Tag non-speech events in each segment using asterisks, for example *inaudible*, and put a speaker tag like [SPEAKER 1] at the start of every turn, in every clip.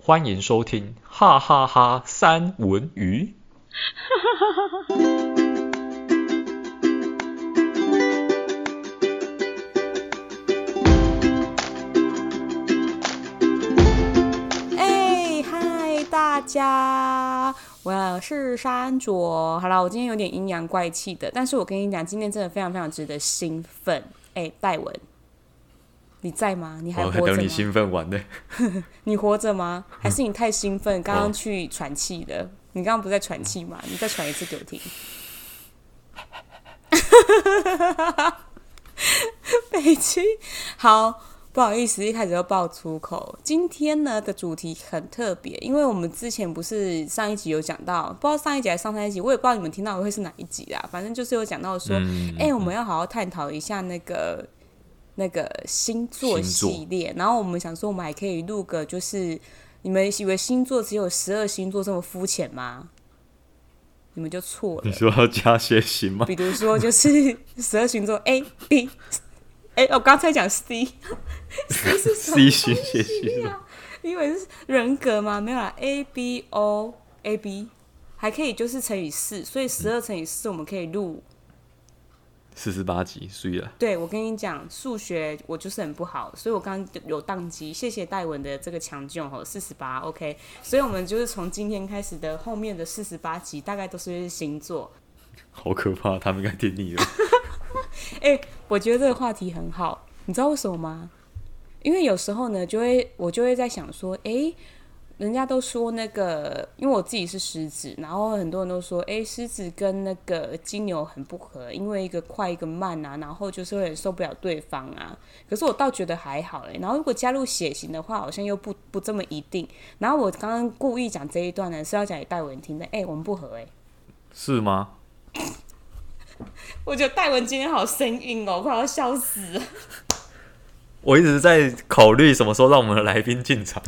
[SPEAKER 1] 欢迎收听哈哈哈三文鱼。
[SPEAKER 2] 哎嗨，大家，我是山卓。好啦，我今天有点阴阳怪气的，但是我跟你讲，今天真的非常非常值得兴奋。哎，戴文，你在吗？你还
[SPEAKER 1] 我
[SPEAKER 2] 活
[SPEAKER 1] 哦还等
[SPEAKER 2] 着吗？
[SPEAKER 1] 你兴奋完呢。
[SPEAKER 2] 你活着吗？还是你太兴奋，刚刚去喘气了？你刚刚不是在喘气吗？你再喘一次给我听。 *laughs* 北京，好，不好意思，一开始就爆粗口。今天呢的主题很特别，因为我们之前不是上一集有讲到，不知道上一集还是上上一集，我也不知道你们听到的会是哪一集啦。反正就是有讲到说，哎、
[SPEAKER 1] 嗯
[SPEAKER 2] 我们要好好探讨一下那个那个星座
[SPEAKER 1] 星座
[SPEAKER 2] 系列。然后我们想说，我们还可以录个，就是你们以为星座只有十二星座这么肤浅吗？你们就错了
[SPEAKER 1] *laughs* 你。说要加些行吗？
[SPEAKER 2] 比如说就是 *laughs* 十二星座 A B，哎、我刚才讲 C， *laughs*
[SPEAKER 1] C 型血型吗，
[SPEAKER 2] 你以啊为是人格吗？没有啦，A B O A B 还可以就是乘以四，所以十二乘以四我们可以录。
[SPEAKER 1] 四十八集，睡了。
[SPEAKER 2] 对我跟你讲，数学我就是很不好，所以我刚刚有宕机。谢谢戴文的这个强救哦，四十八 OK。所以我们就是从今天开始的后面的四十八集，大概都是星座。
[SPEAKER 1] 好可怕，他们应该听你的。
[SPEAKER 2] 哎、我觉得这个话题很好，你知道为什么吗？因为有时候呢，就会我就会在想说，哎、人家都说那个，因为我自己是狮子，然后很多人都说，哎、狮子跟那个金牛很不合，因为一个快一个慢啊，然后就是会很受不了对方啊。可是我倒觉得还好哎、然后如果加入血型的话，好像又不不这么一定。然后我刚刚故意讲这一段呢，是要讲给戴文听的，哎、我们不合哎、
[SPEAKER 1] *laughs* 是吗？
[SPEAKER 2] 我觉得戴文今天好生硬哦，我快要笑死了。
[SPEAKER 1] 我一直在考虑什么时候让我们的来宾进场。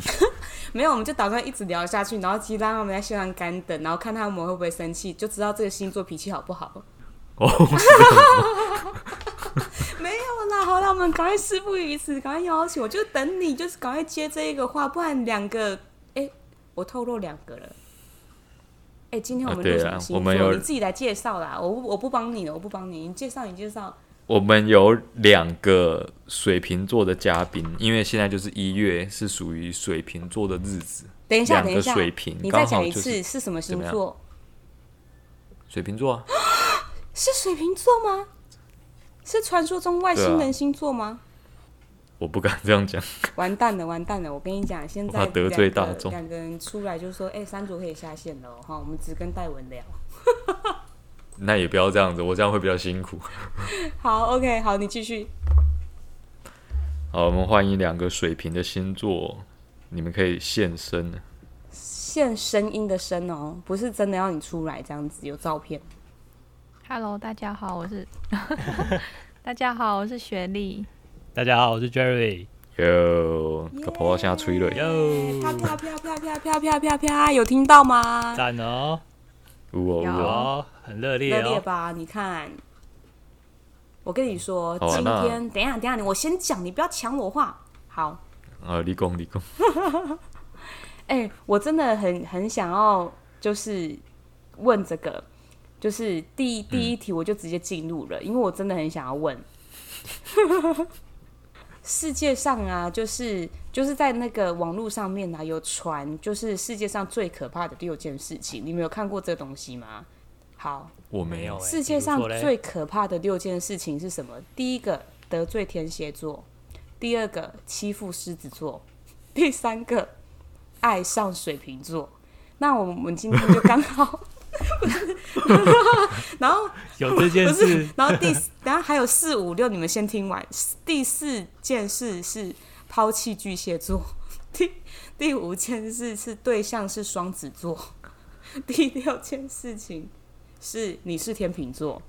[SPEAKER 2] 没有，我们就打算一直聊下去，然后其实让他们在线上干等，然后看他们会不会生气，就知道这个星座脾气好不好。
[SPEAKER 1] 哦，
[SPEAKER 2] *laughs* 没有啦，好啦，我们赶快事不宜迟，赶快邀请我，就等你，就是赶快接这一个话，不然两个，哎、我透露两个了。哎、今天我们
[SPEAKER 1] 啊对
[SPEAKER 2] 录
[SPEAKER 1] 啊
[SPEAKER 2] 什么星
[SPEAKER 1] 我
[SPEAKER 2] 座？
[SPEAKER 1] 们有
[SPEAKER 2] 你自己来介绍啦，我不我不帮你了，我不帮你，你介绍你介绍。
[SPEAKER 1] 我们有两个水瓶座的嘉宾，因为现在就是一月，是属于水瓶座的日子。
[SPEAKER 2] 等一下，
[SPEAKER 1] 两个
[SPEAKER 2] 等一下
[SPEAKER 1] 水瓶，
[SPEAKER 2] 你
[SPEAKER 1] 刚
[SPEAKER 2] 再
[SPEAKER 1] 好
[SPEAKER 2] 讲一
[SPEAKER 1] 就是
[SPEAKER 2] 次是什么星
[SPEAKER 1] 怎么
[SPEAKER 2] 座？
[SPEAKER 1] 水瓶座啊，
[SPEAKER 2] 是水瓶座吗？是传说中外星
[SPEAKER 1] 对啊
[SPEAKER 2] 人星座吗？
[SPEAKER 1] *laughs* 我不敢这样讲。
[SPEAKER 2] 完蛋了，完蛋了！我跟你讲，现在
[SPEAKER 1] 我怕得罪
[SPEAKER 2] 两个
[SPEAKER 1] 大众
[SPEAKER 2] 两个人出来就说：“哎、三卓可以下线了哦哈，我们只跟戴文聊。 *laughs*
[SPEAKER 1] 那也不要这样子，我这样会比较辛苦。”
[SPEAKER 2] 好，OK，好，你继续。
[SPEAKER 1] 好，我们欢迎两个水瓶的星座，你们可以现身了。
[SPEAKER 2] 现声音的声哦，不是真的要你出来这样子，有照片。
[SPEAKER 3] Hello，大家好，我是 *laughs* 大家好，我是雪莉。
[SPEAKER 4] 大家好，我是 Jerry。
[SPEAKER 1] 哟，个婆婆现在吹了耶，
[SPEAKER 4] 哟，
[SPEAKER 2] 啪啪啪啪啪啪啪啪啪，有听到吗？
[SPEAKER 4] 赞哦，
[SPEAKER 1] 呜哦呜
[SPEAKER 3] 有
[SPEAKER 1] 哦，
[SPEAKER 4] 哦，很热烈
[SPEAKER 2] 热烈
[SPEAKER 4] 哦。
[SPEAKER 2] 吧？你看，我跟你说，
[SPEAKER 1] 好啊
[SPEAKER 2] 今
[SPEAKER 1] 那
[SPEAKER 2] 天等一下等一下，你我先讲，你不要抢我话。好，
[SPEAKER 1] 啊，立功立功，
[SPEAKER 2] 哎、我真的很很想要，就是问这个，就是第第一题我就直接进入了，因为我真的很想要问。世界上啊，就是就是在那个网络上面啊，有传就是世界上最可怕的六件事情，你们有看过这东西吗？好，
[SPEAKER 1] 我
[SPEAKER 4] 没有、欸，
[SPEAKER 2] 世界上
[SPEAKER 4] 比如说嘞
[SPEAKER 2] 最可怕的六件事情是什么？第一个得罪天蝎座，第二个欺负狮子座，第三个爱上水瓶座。那我们今天就刚好 *laughs* 不是，然后
[SPEAKER 4] 有这件
[SPEAKER 2] 不是
[SPEAKER 4] 事，
[SPEAKER 2] 然后第四然后还有四五六，你们先听完。第四件事是抛弃巨蟹座，第第五件事是对象是双子座，第六件事情是你是天秤座。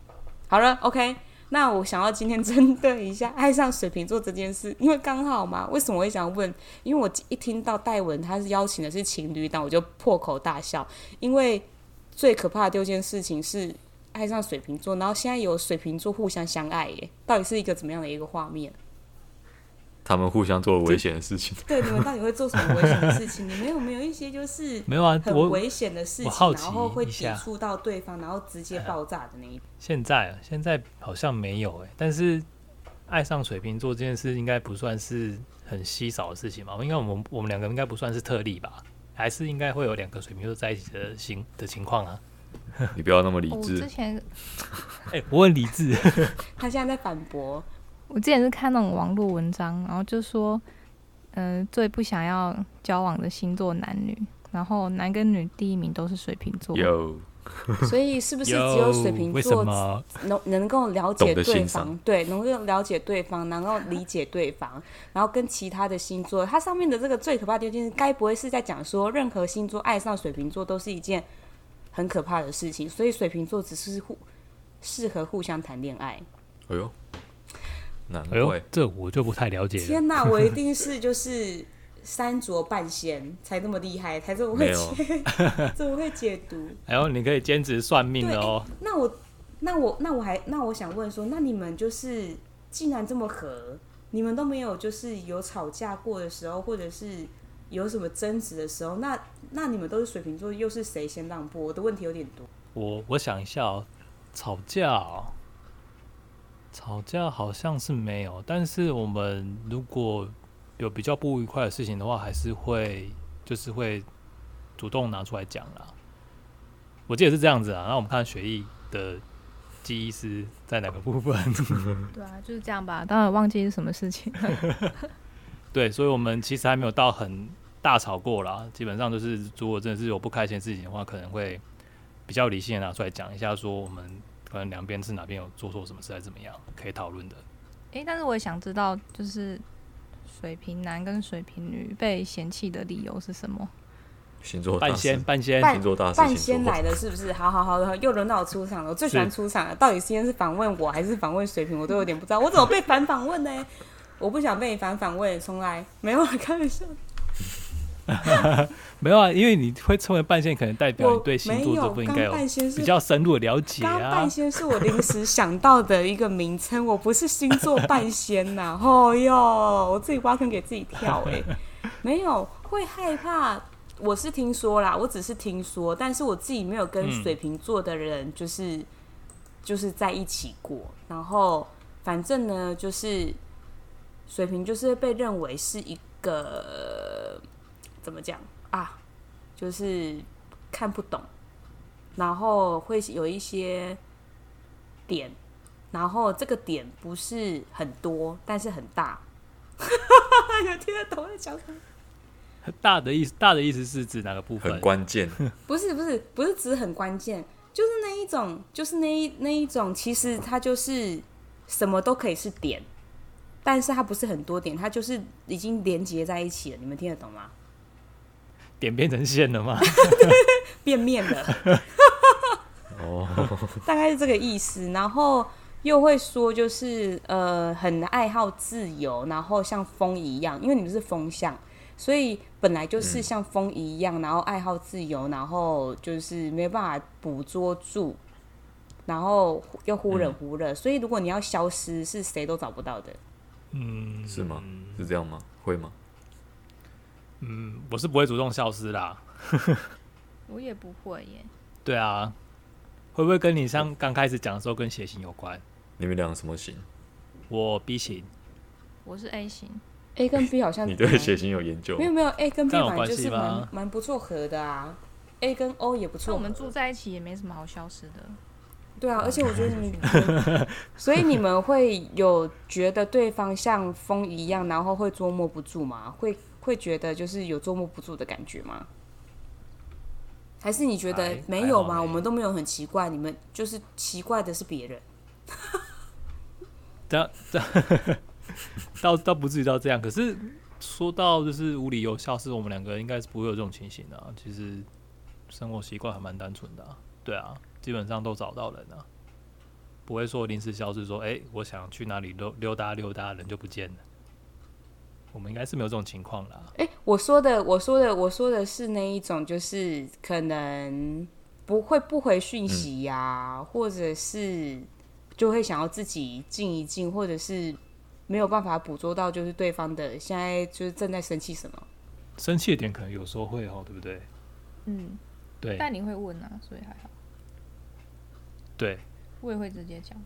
[SPEAKER 2] 好了，OK。那我想要今天针对一下爱上水瓶座这件事，因为刚好嘛，为什么我会想问？因为我一听到戴文他是邀请的是情侣档，我就破口大笑，因为最可怕的六件事情是爱上水瓶座，然后现在有水瓶座互相相爱耶，到底是一个怎么样的一个画面？
[SPEAKER 1] 他们互相做了危险的事情。
[SPEAKER 2] 对，你们到底会做什么危险的事情？你们有没有一些就是
[SPEAKER 4] 没有啊，
[SPEAKER 2] 很
[SPEAKER 4] 我
[SPEAKER 2] 危险的事
[SPEAKER 4] 我
[SPEAKER 2] 情，
[SPEAKER 4] 好奇
[SPEAKER 2] 然后会
[SPEAKER 4] 一
[SPEAKER 2] 抵
[SPEAKER 4] 下
[SPEAKER 2] 触到对方，然后直接爆炸的那一种？
[SPEAKER 4] 现在啊现在好像没有哎、但是爱上水瓶座这件事应该不算是很稀少的事情吧？应该我们我们两个应该不算是特例吧？还是应该会有两个水瓶座在一起的情的情
[SPEAKER 2] *laughs*
[SPEAKER 4] 况啊？
[SPEAKER 1] 你不要那么理
[SPEAKER 3] 哦我
[SPEAKER 1] 智
[SPEAKER 4] 哦
[SPEAKER 3] 之，前
[SPEAKER 4] 哎、我很理智，
[SPEAKER 2] 他现在在反驳，
[SPEAKER 3] 我之前是看那种网络文章，然后就说，嗯、最不想要交往的星座男女，然后男跟女第一名都是水瓶座。
[SPEAKER 1] 有
[SPEAKER 2] 所以是不是只
[SPEAKER 4] 哟
[SPEAKER 2] 有水瓶
[SPEAKER 4] 为什
[SPEAKER 2] 座
[SPEAKER 4] 么？
[SPEAKER 2] 能能够了解
[SPEAKER 1] 懂得
[SPEAKER 2] 对
[SPEAKER 1] 欣赏
[SPEAKER 2] 方，对，能够了解对方，能够理解对方，然后跟其他的星座，它上面的这个最可怕的就是，该不会是在讲说任何星座爱上水瓶座都是一件很可怕的事情，所以水瓶座只是互适合互相谈恋爱。
[SPEAKER 1] 哎呦，难
[SPEAKER 4] 哎呦
[SPEAKER 1] 怪，
[SPEAKER 4] 这我就不太了解了。
[SPEAKER 2] 天哪，我一定是就是三卓半仙才那么厉害，才这
[SPEAKER 1] *laughs*
[SPEAKER 2] 么
[SPEAKER 1] 没
[SPEAKER 2] 会
[SPEAKER 1] 有
[SPEAKER 2] *laughs* 解，怎么会解读？
[SPEAKER 4] 哎呦，你可以兼职算命
[SPEAKER 2] 对哎
[SPEAKER 4] 了哦。
[SPEAKER 2] 那我那我那我还那我想问说，那你们就是既然这么合，你们都没有就是有吵架过的时候，或者是有什么争执的时候，那那你们都是水瓶座，又是谁先让步？我的问题有点多。
[SPEAKER 4] 我我想一下哦，吵架、哦，吵架好像是没有，但是我们如果有比较不愉快的事情的话，还是会就是会主动拿出来讲啦。我记得是这样子啊，那我们看学艺的记忆是在哪个部分？
[SPEAKER 3] 对啊，就是这样吧。当然忘记是什么事情 *laughs* 了。
[SPEAKER 4] 对，所以我们其实还没有到很大吵过啦。基本上就是，如果真的是有不开心的事情的话，可能会比较理性的拿出来讲一下，说我们可能两边是哪边有做错什么事，还是怎么样，可以讨论的。
[SPEAKER 3] 诶，但是我也想知道，就是水瓶男跟水瓶女被嫌弃的理由是什么？
[SPEAKER 1] 星座大
[SPEAKER 4] 半
[SPEAKER 1] 师
[SPEAKER 4] 仙，，半仙，
[SPEAKER 2] 半
[SPEAKER 1] 星座大师，
[SPEAKER 2] 半
[SPEAKER 1] 星
[SPEAKER 2] 仙
[SPEAKER 1] 座
[SPEAKER 2] 来了是不是？好好好，然后又轮到我出场了，我最喜欢
[SPEAKER 4] 是
[SPEAKER 2] 出场了。到底今天是访问我还是访问水瓶，我都有点不知道，我怎么被反访问呢？我不想被你反访问，重来，没有啦，啊开玩笑。
[SPEAKER 4] 没有啊，因为你会成为半仙，可能代表
[SPEAKER 2] 我
[SPEAKER 4] 你对星
[SPEAKER 2] 没
[SPEAKER 4] 座这
[SPEAKER 2] 有，
[SPEAKER 4] 部分应
[SPEAKER 2] 刚
[SPEAKER 4] 该有
[SPEAKER 2] 半仙是
[SPEAKER 4] 比较深入的了解
[SPEAKER 2] 刚刚
[SPEAKER 4] 啊
[SPEAKER 2] 半。仙是我临时想到的一个名称，我不是星座半仙呐、 *laughs* 哦哟，我自己挖坑给自己跳
[SPEAKER 4] *laughs*
[SPEAKER 2] 哎、没有会害怕。我是听说啦，我只是听说，但是我自己没有跟
[SPEAKER 4] 嗯
[SPEAKER 2] 水瓶座的人就是、就是在一起过。然后反正呢，就是水瓶就是被认为是一个怎么讲啊，就是看不懂，然后会有一些点，然后这个点不是很多，但是很大。 *laughs* 有听得懂我在讲什么？
[SPEAKER 4] 大的意思，大的意思是指哪个部
[SPEAKER 1] 很
[SPEAKER 4] 分？
[SPEAKER 1] 关键，
[SPEAKER 2] 不是不是不是指很关键，就是那一种，就是那一那一种，其实它就是什么都可以是点，但是它不是很多点，它就是已经连接在一起了。你们听得懂吗？
[SPEAKER 4] 点变成线了吗？
[SPEAKER 2] 变面了。
[SPEAKER 1] 哦，
[SPEAKER 2] 大概是这个意思。然后又会说，就是呃，很爱好自由，然后像风一样，因为你们是风象，所以本来
[SPEAKER 4] 嗯
[SPEAKER 2] 就是像风一样，然后爱好自由，然后就是没办法捕捉住，然后又忽冷忽热。所以如果你要消失，是谁都找不到的。
[SPEAKER 4] 嗯，
[SPEAKER 1] 是吗？是这样吗？会吗？
[SPEAKER 4] 嗯，我是不会主动消失啦。
[SPEAKER 3] 我也不会耶。
[SPEAKER 4] 对啊，会不会跟你像刚开始讲的时候跟血型有关？
[SPEAKER 1] 你们两个什么型？
[SPEAKER 4] 我 B 型，
[SPEAKER 3] 我是 A 型，
[SPEAKER 2] A 跟 B 好像
[SPEAKER 1] 你对血型有研究
[SPEAKER 2] 嗯没？有没有 A 跟 B
[SPEAKER 4] 这样有
[SPEAKER 2] 反正就是
[SPEAKER 4] 关系吗
[SPEAKER 2] 蛮蛮不错合的啊。A 跟 O 也不错合，
[SPEAKER 3] 那我们住在一起也没什么好消失的。
[SPEAKER 2] 对啊，而且我觉得你们， *laughs* 所以你们会有觉得对方像风一样，然后会捉摸不住吗？会会觉得就是有捉摸不住的感觉吗？还是你觉得
[SPEAKER 4] 还
[SPEAKER 2] 没有
[SPEAKER 4] 还
[SPEAKER 2] 吗？
[SPEAKER 4] 好
[SPEAKER 2] 我们都没有很奇怪，你们就是奇怪的是别人。
[SPEAKER 4] 这这倒倒不至于到这样。可是说到就是无理由消失，我们两个应该是不会有这种情形的、啊。其实生活习惯还蛮单纯的、啊，对啊，基本上都找到人啊，不会说临时消失说，哎、我想去哪里溜溜达溜达，人就不见了。我们应该是没有这种情况啦。
[SPEAKER 2] 诶，我说的，我说的，我说的是那一种，就是可能不会不回讯息呀、或者是就会想要自己静一静，或者是没有办法捕捉到，就是对方的现在就是正在生气什么。
[SPEAKER 4] 生气的点可能有时候会哦，对不对？
[SPEAKER 3] 嗯，
[SPEAKER 4] 对
[SPEAKER 3] 但你会问啊，所以还好。
[SPEAKER 4] 对
[SPEAKER 3] 我也会直接讲，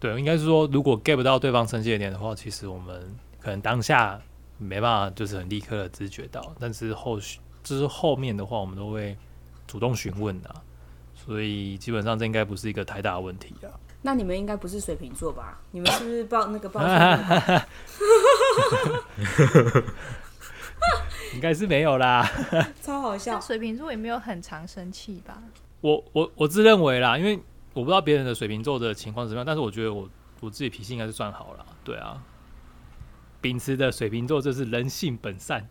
[SPEAKER 4] 对，应该是说，如果 get 不到对方生气的点的话，其实我们可能当下没办法，就是很立刻的知觉到，但是后续就是后面的话，我们都会主动询问啊。所以基本上这应该不是一个太大的问题啊。
[SPEAKER 2] 那你们应该不是水瓶座吧？你们是不是报那个
[SPEAKER 4] *laughs*
[SPEAKER 2] 报数？
[SPEAKER 4] 应该是没有啦。
[SPEAKER 2] 超好
[SPEAKER 3] 像
[SPEAKER 2] 笑。
[SPEAKER 3] 水瓶座也没有很常生气吧？
[SPEAKER 4] 我我我自认为啦，因为我不知道别人的水瓶座的情况是怎么样，但是我觉得我我自己脾气应该是算好啦。对啊，秉持的水瓶座就是人性本善。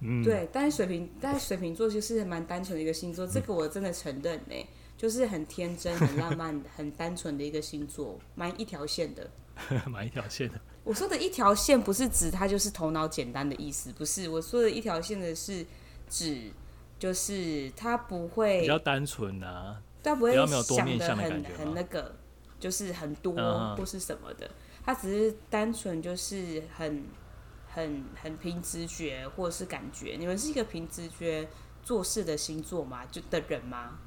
[SPEAKER 4] 嗯，
[SPEAKER 2] 对，但是水瓶，但是水瓶座就是蛮单纯的一个星座，这个我真的承认呢、就是很天真、很浪漫、很单纯的一个星座，蛮一条线的。
[SPEAKER 4] *laughs* 买一条线的。
[SPEAKER 2] 我说的一条线不是指他就是头脑简单的意思，不是我说的一条线的是指就是他不
[SPEAKER 4] 比
[SPEAKER 2] 会
[SPEAKER 4] 较，单纯啊，
[SPEAKER 2] 他不会
[SPEAKER 4] 比较
[SPEAKER 2] 想
[SPEAKER 4] 没有多面
[SPEAKER 2] 得
[SPEAKER 4] 向的
[SPEAKER 2] 很
[SPEAKER 4] 感觉吗
[SPEAKER 2] 很那个，就是很多
[SPEAKER 4] 嗯嗯
[SPEAKER 2] 或是什么的，他只是单纯就是很很很凭直觉或是感觉。你们是一个凭直觉做事的星座吗？就的人吗？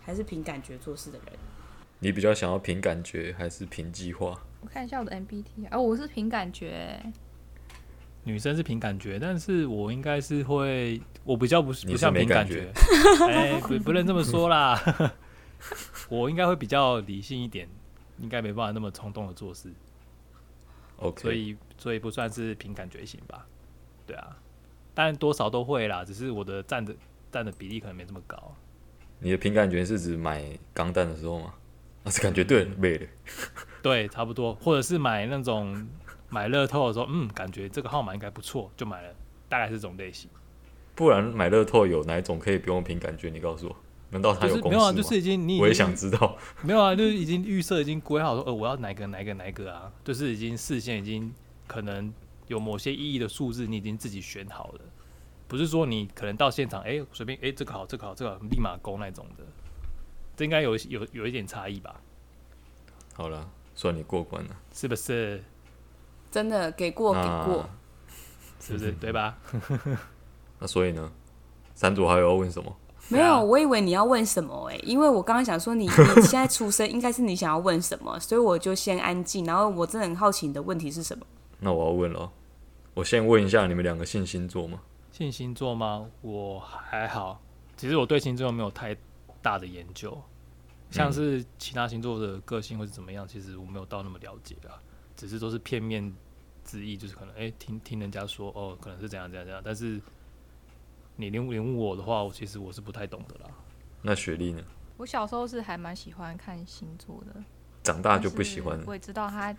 [SPEAKER 2] 还是凭感觉做事的人？
[SPEAKER 1] 你比较想要凭感觉还是凭计划？
[SPEAKER 3] 我看一下我的 MBTI，哦，我是凭感觉欸、
[SPEAKER 4] 女生是凭感觉，但是我应该是会，我比较不是
[SPEAKER 1] 你是
[SPEAKER 4] 不像凭感
[SPEAKER 1] 没
[SPEAKER 4] 觉，哎、不不能这么说啦， *laughs* 我应该会比较理性一点，应该没办法那么冲动的做事，
[SPEAKER 1] OK，
[SPEAKER 4] 所以所以不算是凭感觉型吧，对啊，当然多少都会啦，只是我的占的占的比例可能没这么高，
[SPEAKER 1] 你的凭感觉是指买钢弹的时候吗？那、是感觉对
[SPEAKER 4] 嗯
[SPEAKER 1] 了，背了。
[SPEAKER 4] 对，差不多，或者是买那种买乐透的时候，嗯，感觉这个号码应该不错，就买了，大概是这种类型。
[SPEAKER 1] 不然买乐透有哪一种可以不用凭感觉？你告诉我，难道它
[SPEAKER 4] 就是
[SPEAKER 1] 公
[SPEAKER 4] 没
[SPEAKER 1] 式
[SPEAKER 4] 有
[SPEAKER 1] 吗？
[SPEAKER 4] 啊，就是已经你已
[SPEAKER 1] 我也
[SPEAKER 4] 经
[SPEAKER 1] 想知道。
[SPEAKER 4] 没有啊，就是已经预设已经规划说，呃，我要哪个哪个哪个啊，就是已经事先已经可能有某些意义的数字，你已经自己选好了，不是说你可能到现场，哎、随便，哎、这个好，这个好，这个好，立马勾那种的，这应该有有有一点差异吧？
[SPEAKER 1] 好了，算你过关了。
[SPEAKER 4] 是不是？
[SPEAKER 2] 真的给过给过
[SPEAKER 1] 那，
[SPEAKER 4] 是不是？对吧？
[SPEAKER 1] 那所以呢？三组还有要问什么？
[SPEAKER 2] 没
[SPEAKER 4] 对啊
[SPEAKER 2] 有，我以为你要问什么哎、因为我刚刚想说
[SPEAKER 4] *laughs*
[SPEAKER 2] 你你现在出生应该是你想要问什么，所以我就先安静。然后我真的很好奇你的问题是什么。
[SPEAKER 1] 那我要问了哦。我先问一下你们两个信星座吗？
[SPEAKER 4] 信星座吗？我还好，其实我对星座没有太大的研究，像是其他星座的个性或是怎么样，其实我没有到那么了解啊，只是都是片面之意，就是可能哎、诶听听人家说哦，可能是怎样怎样怎样，但是你连连问我的话，我其实我是不太懂的啦。
[SPEAKER 1] 那雪莉呢？
[SPEAKER 3] 我小时候是还蛮喜欢看星座的，
[SPEAKER 1] 长大啊
[SPEAKER 3] 但
[SPEAKER 1] 就不
[SPEAKER 3] 是
[SPEAKER 1] 喜欢了。
[SPEAKER 3] 我也知道他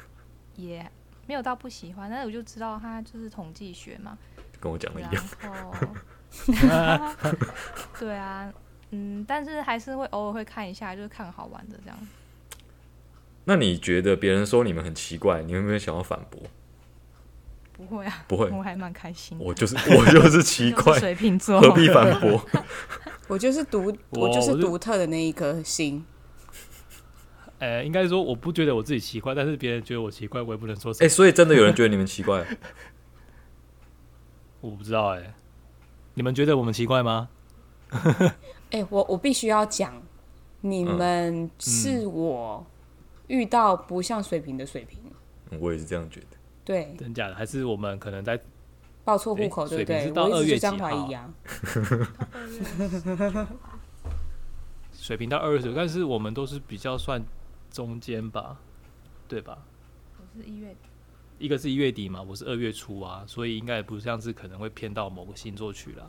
[SPEAKER 3] 也没有到不喜欢，但是我就知道他就是统计学嘛，
[SPEAKER 1] 跟我讲的一
[SPEAKER 3] 然
[SPEAKER 1] 样。
[SPEAKER 3] 后
[SPEAKER 1] *laughs*
[SPEAKER 3] 对啊，嗯，但是还是会偶尔会看一下，就是看好玩的这样。
[SPEAKER 1] 那你觉得别人说你们很奇怪，你有没有想要反驳？
[SPEAKER 3] 不会啊，
[SPEAKER 1] 不会，
[SPEAKER 3] 我还蛮开心的。
[SPEAKER 1] 我就是 *laughs* 我就是奇
[SPEAKER 3] 就
[SPEAKER 1] *laughs*
[SPEAKER 3] 是
[SPEAKER 1] 怪，
[SPEAKER 3] 水瓶座，
[SPEAKER 1] 何必反驳？
[SPEAKER 2] 我就是独，
[SPEAKER 4] 我
[SPEAKER 2] 我
[SPEAKER 4] 我
[SPEAKER 2] 就
[SPEAKER 4] 就是
[SPEAKER 2] 独特的那一颗星。
[SPEAKER 4] 呃、应该说我不觉得我自己奇怪，但是别人觉得我奇怪，我也不能说什
[SPEAKER 1] 哎、
[SPEAKER 4] 么，
[SPEAKER 1] 所以真的有人觉得你们奇怪？
[SPEAKER 4] 我不知道哎、你们觉得我们奇怪吗？
[SPEAKER 2] 哎、我我必须要讲，你
[SPEAKER 4] 嗯
[SPEAKER 2] 们是我遇到不像水瓶的水瓶，
[SPEAKER 1] 嗯我也是这样觉得。
[SPEAKER 2] 对，
[SPEAKER 4] 真假的？还是我们可能在
[SPEAKER 2] 报错户口、
[SPEAKER 4] 哎
[SPEAKER 2] 对不
[SPEAKER 4] 水瓶
[SPEAKER 2] 对
[SPEAKER 4] 是？到
[SPEAKER 2] 我一
[SPEAKER 4] 2
[SPEAKER 2] 直
[SPEAKER 4] 月
[SPEAKER 2] 就这样
[SPEAKER 4] 几
[SPEAKER 2] 怀
[SPEAKER 4] 号
[SPEAKER 2] 疑啊。
[SPEAKER 4] 水平到二十，但是我们都是比较算中间吧，对吧？
[SPEAKER 3] 我是一月底，
[SPEAKER 4] 一个是一月底嘛，我是二月初啊，所以应该也不像是可能会偏到某个星座去啦。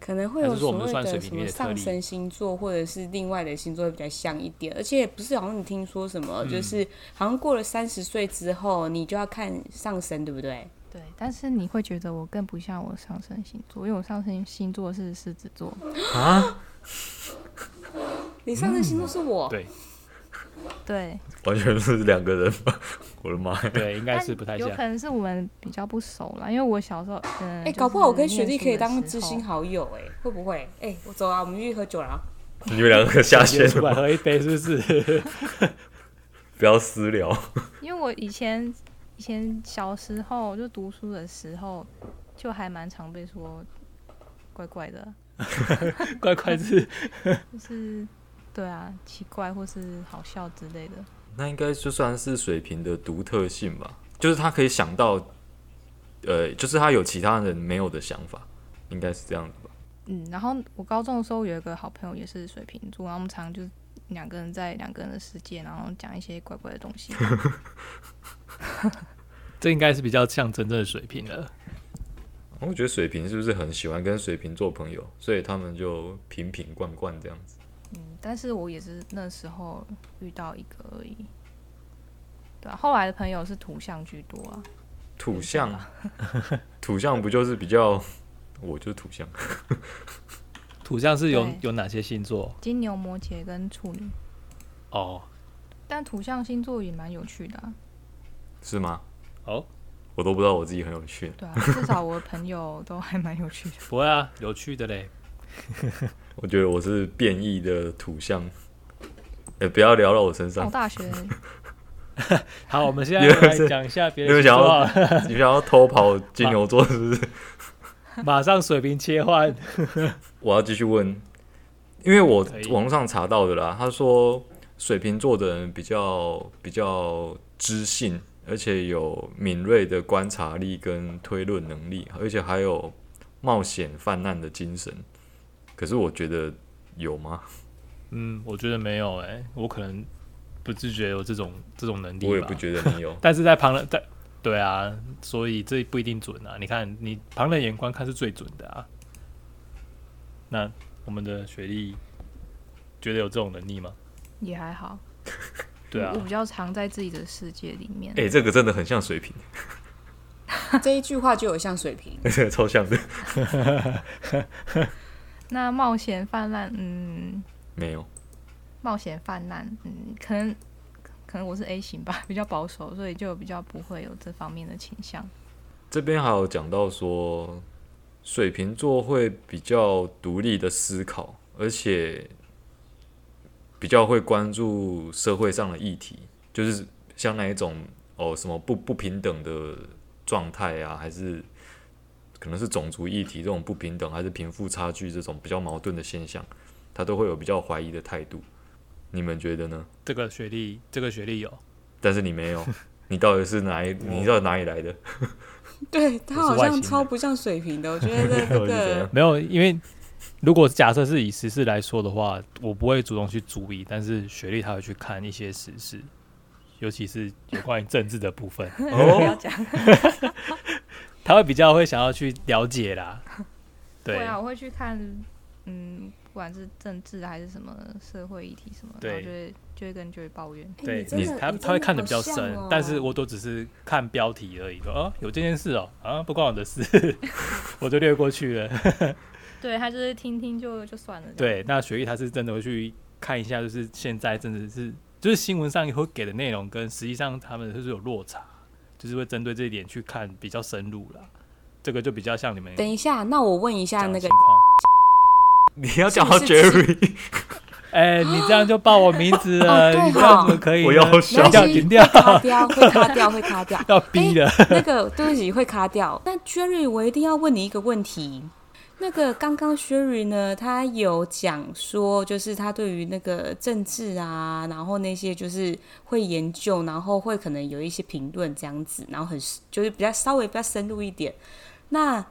[SPEAKER 2] 可能会
[SPEAKER 4] 还
[SPEAKER 2] 有
[SPEAKER 4] 是说
[SPEAKER 2] 所
[SPEAKER 4] 我们
[SPEAKER 2] 谓
[SPEAKER 4] 算水
[SPEAKER 2] 的
[SPEAKER 4] 瓶
[SPEAKER 2] 什
[SPEAKER 4] 里
[SPEAKER 2] 么
[SPEAKER 4] 的特
[SPEAKER 2] 上
[SPEAKER 4] 例
[SPEAKER 2] 升星座，或者是另外的星座会比较像一点，而且不是好像你听说什么，
[SPEAKER 4] 嗯
[SPEAKER 2] 就是好像过了三十岁之后，你就要看上升，对不对？
[SPEAKER 3] 对，但是你会觉得我更不像我上升星座，因为我上升星座是狮子座，
[SPEAKER 1] 啊，
[SPEAKER 2] 你上升星座是
[SPEAKER 3] 哦
[SPEAKER 2] 我，
[SPEAKER 4] 嗯对
[SPEAKER 3] 对，
[SPEAKER 1] 完全是两个人吧！ *laughs* 我的妈呀！
[SPEAKER 4] 对，应该是不太
[SPEAKER 3] 但有
[SPEAKER 4] 像
[SPEAKER 3] 可。能是我们比较不熟啦，因为我小时候，嗯，
[SPEAKER 2] 哎、搞不好我跟雪莉可以当
[SPEAKER 3] 知
[SPEAKER 2] 知心好友、哎，会不会？哎、我走啊，我们去喝酒啦。
[SPEAKER 1] *laughs* 你们两个下线
[SPEAKER 4] 约出来
[SPEAKER 1] 了，
[SPEAKER 4] *laughs* 喝一杯是不是？
[SPEAKER 1] 不要私聊。
[SPEAKER 3] 因为我以前以前小时候就读书的时候，就还蛮常被说怪怪的，
[SPEAKER 4] 怪怪是
[SPEAKER 3] 就是对啊，奇怪或是好笑之类的。
[SPEAKER 1] 那应该就算是水瓶的独特性吧，就是他可以想到，呃，就是他有其他人没有的想法，应该是这样子吧。
[SPEAKER 3] 嗯，然后我高中的时候有一个好朋友也是水瓶座，然后我们常常就是两个人在两个人的世界，然后讲一些怪怪的东西。
[SPEAKER 4] 这应该是比较像真正的水平了。
[SPEAKER 1] 我觉得水瓶是不是很喜欢跟水瓶做朋友，所以他们就瓶瓶罐罐这样子。
[SPEAKER 3] 嗯，但是我也是那时候遇到一个而已。对啊，后来的朋友是图像居多啊。
[SPEAKER 1] 土象， *laughs* 土象不就是比较，我就是土象，
[SPEAKER 4] 土象是有
[SPEAKER 3] 对
[SPEAKER 4] 有哪些星座？
[SPEAKER 3] 金牛、摩羯跟处女，
[SPEAKER 4] 哦，
[SPEAKER 3] 但土象星座也蛮有趣的、啊，
[SPEAKER 1] 是吗？
[SPEAKER 4] 哦，
[SPEAKER 1] 我都不知道我自己很有趣。
[SPEAKER 3] 对啊，至少我的朋友都还蛮有趣的。 *laughs*
[SPEAKER 4] 不会啊，有趣的嘞。
[SPEAKER 1] 我觉得我是变异的土象，也、不要聊到我身
[SPEAKER 3] 我
[SPEAKER 1] 上。
[SPEAKER 3] 大学
[SPEAKER 4] 好，我们
[SPEAKER 1] *laughs*
[SPEAKER 4] 现在
[SPEAKER 1] 你们
[SPEAKER 4] 来
[SPEAKER 1] 是
[SPEAKER 4] 讲一下别
[SPEAKER 1] 你
[SPEAKER 4] 的
[SPEAKER 1] 们
[SPEAKER 4] 星
[SPEAKER 1] 想
[SPEAKER 4] 座啊好
[SPEAKER 1] 要
[SPEAKER 4] 了，
[SPEAKER 1] 你想要偷跑金牛座是不是？
[SPEAKER 4] *laughs* 马上水平切换。
[SPEAKER 1] 我要继续问，因为我
[SPEAKER 4] 可以
[SPEAKER 1] 网络上查到的啦，他说水瓶座的人比较比较知性，而且有敏锐的观察力跟推论能力，而且还有冒险泛滥的精神。可是我觉得有吗？
[SPEAKER 4] 嗯，我觉得没有哎、我可能不自觉有这种这种能力吧。
[SPEAKER 1] 我也不觉得你有。
[SPEAKER 4] *laughs* 但是在旁人在对啊，所以这不一定准啊。你看，你旁人眼光看是最准的啊。那我们的学历觉得有这种能力吗？
[SPEAKER 3] 也还好，
[SPEAKER 4] 对啊
[SPEAKER 3] 我，比较常在自己的世界里面。
[SPEAKER 1] 哎、这个真的很像水瓶， *laughs*
[SPEAKER 2] 啊这一句话就有像水
[SPEAKER 4] *laughs*
[SPEAKER 2] 瓶，
[SPEAKER 1] 这个超像的。
[SPEAKER 3] 那冒险泛滥，嗯，
[SPEAKER 1] 没有，
[SPEAKER 3] 冒险泛滥，嗯，可能可能我是 A 型吧，比较保守，所以就比较不会有这方面的倾向。
[SPEAKER 1] 这边还有讲到说，水瓶座会比较独立的思考，而且比较会关注社会上的议题，就是像那一种哦什么不不平等的状态啊，还是可能是种族议题这种不平等，还是贫富差距这种比较矛盾的现象，他都会有比较怀疑的态度。你们觉得呢？
[SPEAKER 4] 这个学历，这个学历有，
[SPEAKER 1] 但是你没有，你到底是哪一？你到底哪里来的？
[SPEAKER 2] 对他
[SPEAKER 4] 我
[SPEAKER 2] 好
[SPEAKER 4] 是外星
[SPEAKER 2] 像
[SPEAKER 4] 人
[SPEAKER 2] 超不像水瓶的，我
[SPEAKER 4] *laughs*
[SPEAKER 2] 觉得这
[SPEAKER 1] 我是怎
[SPEAKER 2] 个
[SPEAKER 1] 样
[SPEAKER 4] 没有？因为如果假设是以时事来说的话，我不会主动去注意，但是学历他会去看一些时事，尤其是有关于政治的部分，
[SPEAKER 2] *laughs*
[SPEAKER 3] 不要
[SPEAKER 1] 哦，
[SPEAKER 3] 讲，
[SPEAKER 4] 他会比较会想要去了解啦。对
[SPEAKER 3] 会啊，我会去看，嗯，不管是政治还是什么社会议题什么，然后
[SPEAKER 4] 对
[SPEAKER 3] 就会就会跟就会抱怨。 *laughs*
[SPEAKER 4] 对
[SPEAKER 2] 哎你真的
[SPEAKER 4] 他
[SPEAKER 2] 你真的
[SPEAKER 4] 他会看的比较
[SPEAKER 2] 好像
[SPEAKER 4] 深，
[SPEAKER 2] 哦
[SPEAKER 4] 但是我都只是看标题而已，说啊有这件事哦，啊不关我的事， *laughs* 我就略过去了。 *laughs*
[SPEAKER 3] 对他就是听听就就算了。
[SPEAKER 4] 对，，那雪莉她是真的会去看一下，就是现在真的是就是新闻上会给的内容跟实际上他们就是有落差，就是会针对这一点去看比较深入啦。这个就比较像你们
[SPEAKER 2] 等一下，那我问一下
[SPEAKER 4] 讲
[SPEAKER 2] 那
[SPEAKER 4] 的
[SPEAKER 2] 个
[SPEAKER 4] 情，况。
[SPEAKER 1] *laughs* 你要讲到
[SPEAKER 2] 是不是
[SPEAKER 1] Jerry。
[SPEAKER 4] 哎、你这样就报我名字
[SPEAKER 2] 哦
[SPEAKER 4] 了，
[SPEAKER 2] 对
[SPEAKER 4] 你这样
[SPEAKER 2] 哦
[SPEAKER 4] 怎么可以呢？
[SPEAKER 1] 我要
[SPEAKER 2] 没
[SPEAKER 1] 笑
[SPEAKER 4] 停
[SPEAKER 2] 关
[SPEAKER 4] 掉，
[SPEAKER 2] 系
[SPEAKER 4] 停掉
[SPEAKER 2] 会，卡掉，会卡掉，会卡掉。
[SPEAKER 4] 要逼的。
[SPEAKER 2] *laughs* 那个，对不起，会卡掉。那 Jerry，我一定要问你一个问题。那个刚刚 Sherry 呢，他有讲说，就是他对于那个政治啊，然后那些就是会研究，然后会可能有一些评论这样子，然后很就是比较稍微比较深入一点。那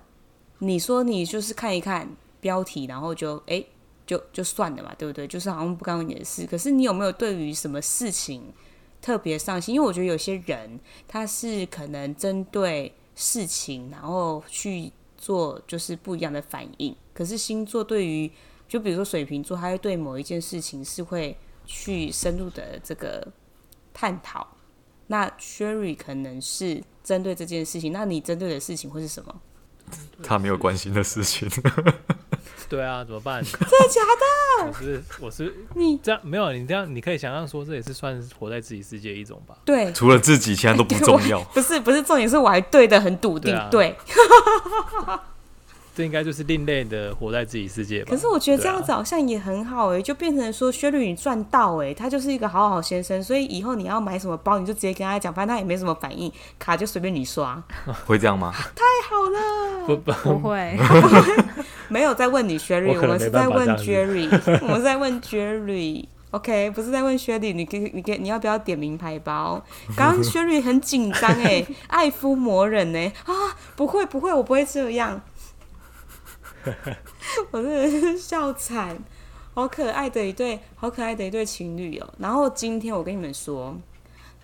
[SPEAKER 2] 你说你就是看一看标题，然后就哎、就就算了嘛，对不对？就是好像不干你的事。可是你有没有对于什么事情特别上心？因为我觉得有些人他是可能针对事情，然后去做就是不一样的反应。可是星座对于，就比如说水瓶座，他会对某一件事情是会去深入的这个探讨。那 Sherry 可能是针对这件事情，那你针对的事情会是什么？
[SPEAKER 1] 他没有关心的事
[SPEAKER 2] *laughs*
[SPEAKER 1] 情，
[SPEAKER 4] 对啊，怎么办？
[SPEAKER 2] 真的假的？
[SPEAKER 4] 我是我是
[SPEAKER 2] 你
[SPEAKER 4] 这样没有你这样，你可以想象说这也是算是活在自己世界一种吧。
[SPEAKER 2] *laughs* 对，
[SPEAKER 1] 除了自己，其
[SPEAKER 2] *laughs*。
[SPEAKER 1] 他都不重要啊
[SPEAKER 2] 不是不是重点是我还对的很笃定，
[SPEAKER 4] 对啊
[SPEAKER 2] 对，
[SPEAKER 4] 这应该就是另类的活在自己世界吧。
[SPEAKER 2] 可是我觉得这样
[SPEAKER 4] 对啊
[SPEAKER 2] 子好像也很好哎、就变成说薛律你赚到哎、他就是一个好好先生，所以以后你要买什么包，你就直接跟他讲，反正他也没什么反应，卡就随便你
[SPEAKER 4] *laughs*
[SPEAKER 2] 刷。
[SPEAKER 1] 会这样吗？
[SPEAKER 2] 太好了，
[SPEAKER 4] 不不，
[SPEAKER 3] *laughs* 不会，
[SPEAKER 2] 没有在问你薛律，
[SPEAKER 4] 我
[SPEAKER 2] 我
[SPEAKER 4] 可能
[SPEAKER 2] 们是
[SPEAKER 4] 没办
[SPEAKER 2] 在
[SPEAKER 4] 法
[SPEAKER 2] 问
[SPEAKER 4] 这样子
[SPEAKER 2] Jerry，我们是 *laughs* 在问 Jerry。OK，不是在问薛律，你给你给你要不要点名牌
[SPEAKER 4] *laughs*
[SPEAKER 2] 包？刚刚薛律很紧张哎，爱夫魔人呢、啊，不会不会，我不会这
[SPEAKER 4] *laughs*
[SPEAKER 2] 样，我真的是笑惨，好可爱的一对，好可爱的一对情侣哦。然后今天我跟你们说，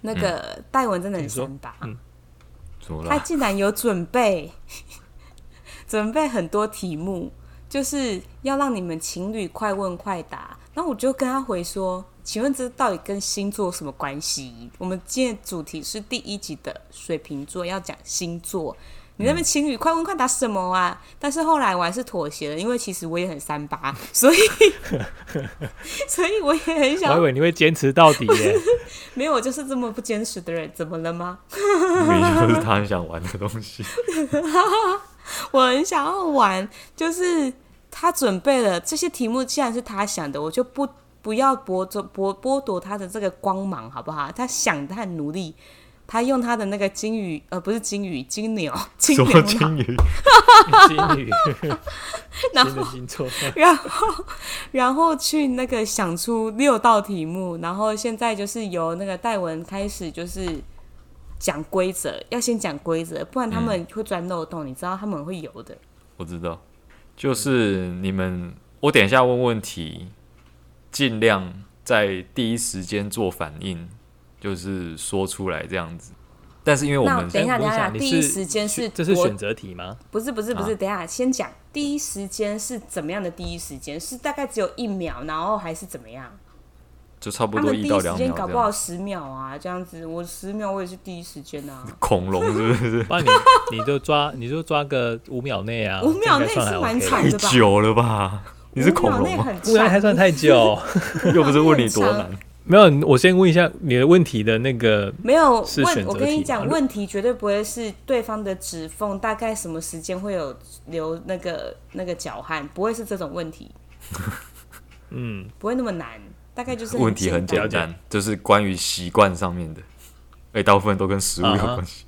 [SPEAKER 2] 那
[SPEAKER 4] 嗯
[SPEAKER 2] 个戴文真的很
[SPEAKER 4] 你说嗯
[SPEAKER 2] 三八，
[SPEAKER 1] 怎么
[SPEAKER 2] 他
[SPEAKER 1] 啦？
[SPEAKER 2] 竟然有准备， *laughs* 准备很多题目，就是要让你们情侣快问快答。那我就跟他回说：“请问这到底跟星座有什么关系？”我们今天的主题是第一集的水瓶座，要讲星座。你那边情侣快问快答什么啊？但是后来我还是妥协了，因为其实我也很三八， *laughs*
[SPEAKER 4] *laughs*
[SPEAKER 2] 所以所以我也很
[SPEAKER 4] 我还以
[SPEAKER 2] 想
[SPEAKER 4] 为你会坚持到底
[SPEAKER 2] *laughs*
[SPEAKER 4] 耶。
[SPEAKER 2] 没有，我就是这么不坚持的人，怎么了吗？
[SPEAKER 1] 明明就是他很想玩的东西。
[SPEAKER 2] 我很想要玩，就是他准备了这些题目，既然是他想的，我就不不要剥夺剥剥夺他的这个光芒，好不好？他想的很努力，他用他的那个金鱼，呃，不是金鱼，金牛， *laughs* *laughs* 金
[SPEAKER 1] 什
[SPEAKER 2] 牛
[SPEAKER 1] 么
[SPEAKER 2] 脑，
[SPEAKER 1] 金鱼？
[SPEAKER 4] 金鱼，
[SPEAKER 2] 然
[SPEAKER 4] 新的
[SPEAKER 2] 后
[SPEAKER 4] 星座，
[SPEAKER 2] 然后然后去那个想出六道题目，然后现在就是由那个戴文开始就是。讲规则，要先讲规则，不然他
[SPEAKER 1] 嗯
[SPEAKER 2] 们会钻漏洞，你知道他们会游的。
[SPEAKER 1] 我知道，就是你们，我等一下问问题，尽量在第一时间做反应，就是说出来这样子。但是因为我
[SPEAKER 2] 那
[SPEAKER 1] 们
[SPEAKER 2] 等一下，
[SPEAKER 4] 哎
[SPEAKER 2] 等一
[SPEAKER 4] 我
[SPEAKER 2] 下，
[SPEAKER 4] 想你
[SPEAKER 2] 第
[SPEAKER 4] 是
[SPEAKER 2] 一时间是
[SPEAKER 4] 这是
[SPEAKER 2] 多
[SPEAKER 4] 选择题吗？
[SPEAKER 2] 不是不是不是，
[SPEAKER 1] 啊
[SPEAKER 2] 等一下先讲第一时间是怎么样的？第一时间是大概只有一秒，然后还是怎么样？
[SPEAKER 1] 就差不
[SPEAKER 2] 他
[SPEAKER 1] 多
[SPEAKER 2] 们第
[SPEAKER 1] 一
[SPEAKER 2] 一
[SPEAKER 1] 到
[SPEAKER 2] 时
[SPEAKER 1] 两
[SPEAKER 2] 间
[SPEAKER 1] 秒
[SPEAKER 2] 搞
[SPEAKER 1] 这
[SPEAKER 2] 不好
[SPEAKER 1] 样。
[SPEAKER 2] 十秒啊，这样子，我十秒我也是第一时间啊。
[SPEAKER 1] 恐龙是不
[SPEAKER 2] *laughs*
[SPEAKER 1] 是？
[SPEAKER 4] 不然你你就抓你就抓个五秒内啊，
[SPEAKER 2] 五秒内
[SPEAKER 4] 这样还
[SPEAKER 2] 是
[SPEAKER 4] 算
[SPEAKER 2] 蛮
[SPEAKER 4] 还 OK
[SPEAKER 2] 长
[SPEAKER 1] *laughs* 太
[SPEAKER 4] 的
[SPEAKER 2] 对吧
[SPEAKER 1] 久了吧？你是恐
[SPEAKER 2] 五
[SPEAKER 1] 龙
[SPEAKER 2] 秒内
[SPEAKER 1] 吗？
[SPEAKER 2] 很
[SPEAKER 4] 五秒内还
[SPEAKER 2] 长，
[SPEAKER 4] 算太久。
[SPEAKER 1] 又不是问你多
[SPEAKER 2] 五秒内
[SPEAKER 1] 难
[SPEAKER 2] 很，
[SPEAKER 4] 没有，我先问一下你的问题的那个，
[SPEAKER 2] 没有
[SPEAKER 4] 是选
[SPEAKER 2] 问，
[SPEAKER 4] 择
[SPEAKER 2] 我跟你
[SPEAKER 4] 题
[SPEAKER 2] 讲，
[SPEAKER 1] 啊
[SPEAKER 4] 吗
[SPEAKER 2] 问题绝对不会是对方的指缝，大概什么时间会有流那个那个脚汗，不会是这种问题，
[SPEAKER 4] 嗯，
[SPEAKER 2] 不会那么难，大概就是
[SPEAKER 1] 问题很
[SPEAKER 2] 简
[SPEAKER 1] 简
[SPEAKER 2] 单
[SPEAKER 1] 单，就是关于习惯上面的。哎，大部分都跟食物
[SPEAKER 2] 啊
[SPEAKER 1] 有关系。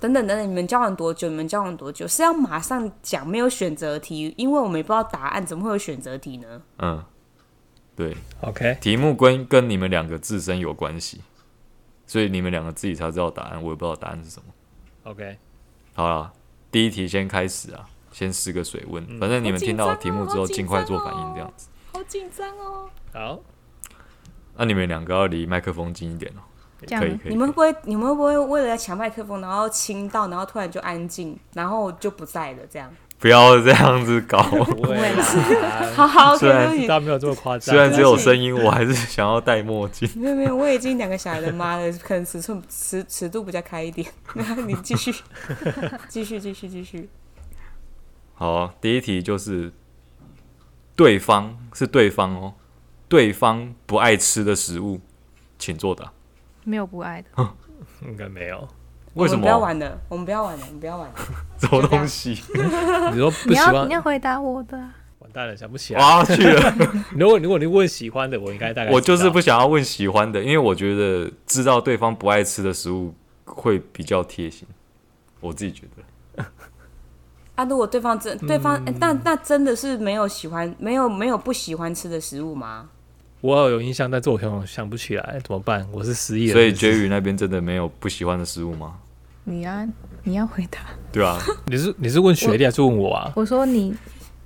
[SPEAKER 2] 等等等等，你们交往多久？你们交往多久？是要马上讲，没有选择题，因为我们也不知道答案，怎么会有选择题呢？
[SPEAKER 1] 嗯，对，
[SPEAKER 4] OK，
[SPEAKER 1] 题目跟跟你们两个自身有关系，所以你们两个自己才知道答案，我也不知道答案是什么。
[SPEAKER 4] OK，
[SPEAKER 1] 好啦，第一题先开始啊，先试个水温，反正你们听到题目之后
[SPEAKER 2] 好嗯紧
[SPEAKER 1] 尽
[SPEAKER 2] 张哦
[SPEAKER 1] 快做反应这样子。
[SPEAKER 2] 好紧张哦！
[SPEAKER 4] 好，
[SPEAKER 1] 那、你们两个要离麦克风近一点哦、
[SPEAKER 3] 这
[SPEAKER 1] 可以
[SPEAKER 3] 样
[SPEAKER 1] 可以。
[SPEAKER 2] *laughs* 啊你们会不会，你们会不会为了要抢麦克风，然后亲到，然后突然就安静，然后就不在了？这样？
[SPEAKER 1] 不要这样子搞，
[SPEAKER 4] 不会啦，
[SPEAKER 2] *laughs* 好好，
[SPEAKER 1] 虽然
[SPEAKER 2] 对不起，
[SPEAKER 4] 倒没有这么夸张。
[SPEAKER 1] 虽然只
[SPEAKER 2] 啊
[SPEAKER 1] 有声音，我还是想要戴墨镜。
[SPEAKER 2] 没有没有，我已经两个小孩的妈了，可能尺寸尺尺度比较开一点。你
[SPEAKER 1] *laughs*
[SPEAKER 2] 继续，继续，继续，继续。
[SPEAKER 1] 好啊、第一题就是对方是对方哦，对方不爱吃的食物，请作答。
[SPEAKER 3] 没有不爱的，
[SPEAKER 4] 应该没有。
[SPEAKER 1] 为什
[SPEAKER 2] 我
[SPEAKER 1] 么
[SPEAKER 2] 们不要玩了？我们不要玩了，我们不要玩了。
[SPEAKER 1] 什么东
[SPEAKER 2] *laughs*
[SPEAKER 1] 西？
[SPEAKER 4] *laughs* 你说不
[SPEAKER 3] 你
[SPEAKER 4] 喜
[SPEAKER 3] 要
[SPEAKER 4] 欢
[SPEAKER 3] 你，要回答我的啊，
[SPEAKER 4] 完蛋了，想不起来。
[SPEAKER 1] 哇去
[SPEAKER 2] *laughs*
[SPEAKER 1] 了！
[SPEAKER 2] 啊
[SPEAKER 4] 如果如果你问喜欢的，我应该大概
[SPEAKER 1] 我就是
[SPEAKER 4] 知道
[SPEAKER 1] 不想要问喜欢的，因为我觉得知道对方不爱吃的食物会比较贴心，我自己觉得。
[SPEAKER 2] 啊，如果对方真对方，
[SPEAKER 1] 嗯
[SPEAKER 2] 欸那那真的是没有喜欢，没有没有不喜欢吃的食物吗？
[SPEAKER 4] 我有印象，但是我想想不起来，怎么办？我是失忆了。
[SPEAKER 1] 所以
[SPEAKER 4] 是不
[SPEAKER 1] 绝
[SPEAKER 4] 是
[SPEAKER 1] 宇那边真的没有不喜欢的食物吗？
[SPEAKER 3] 你啊，你要回答。 *laughs*
[SPEAKER 1] 对
[SPEAKER 2] *laughs*
[SPEAKER 1] 啊，
[SPEAKER 4] 你是你是问学历还是问我啊？
[SPEAKER 3] 我说你，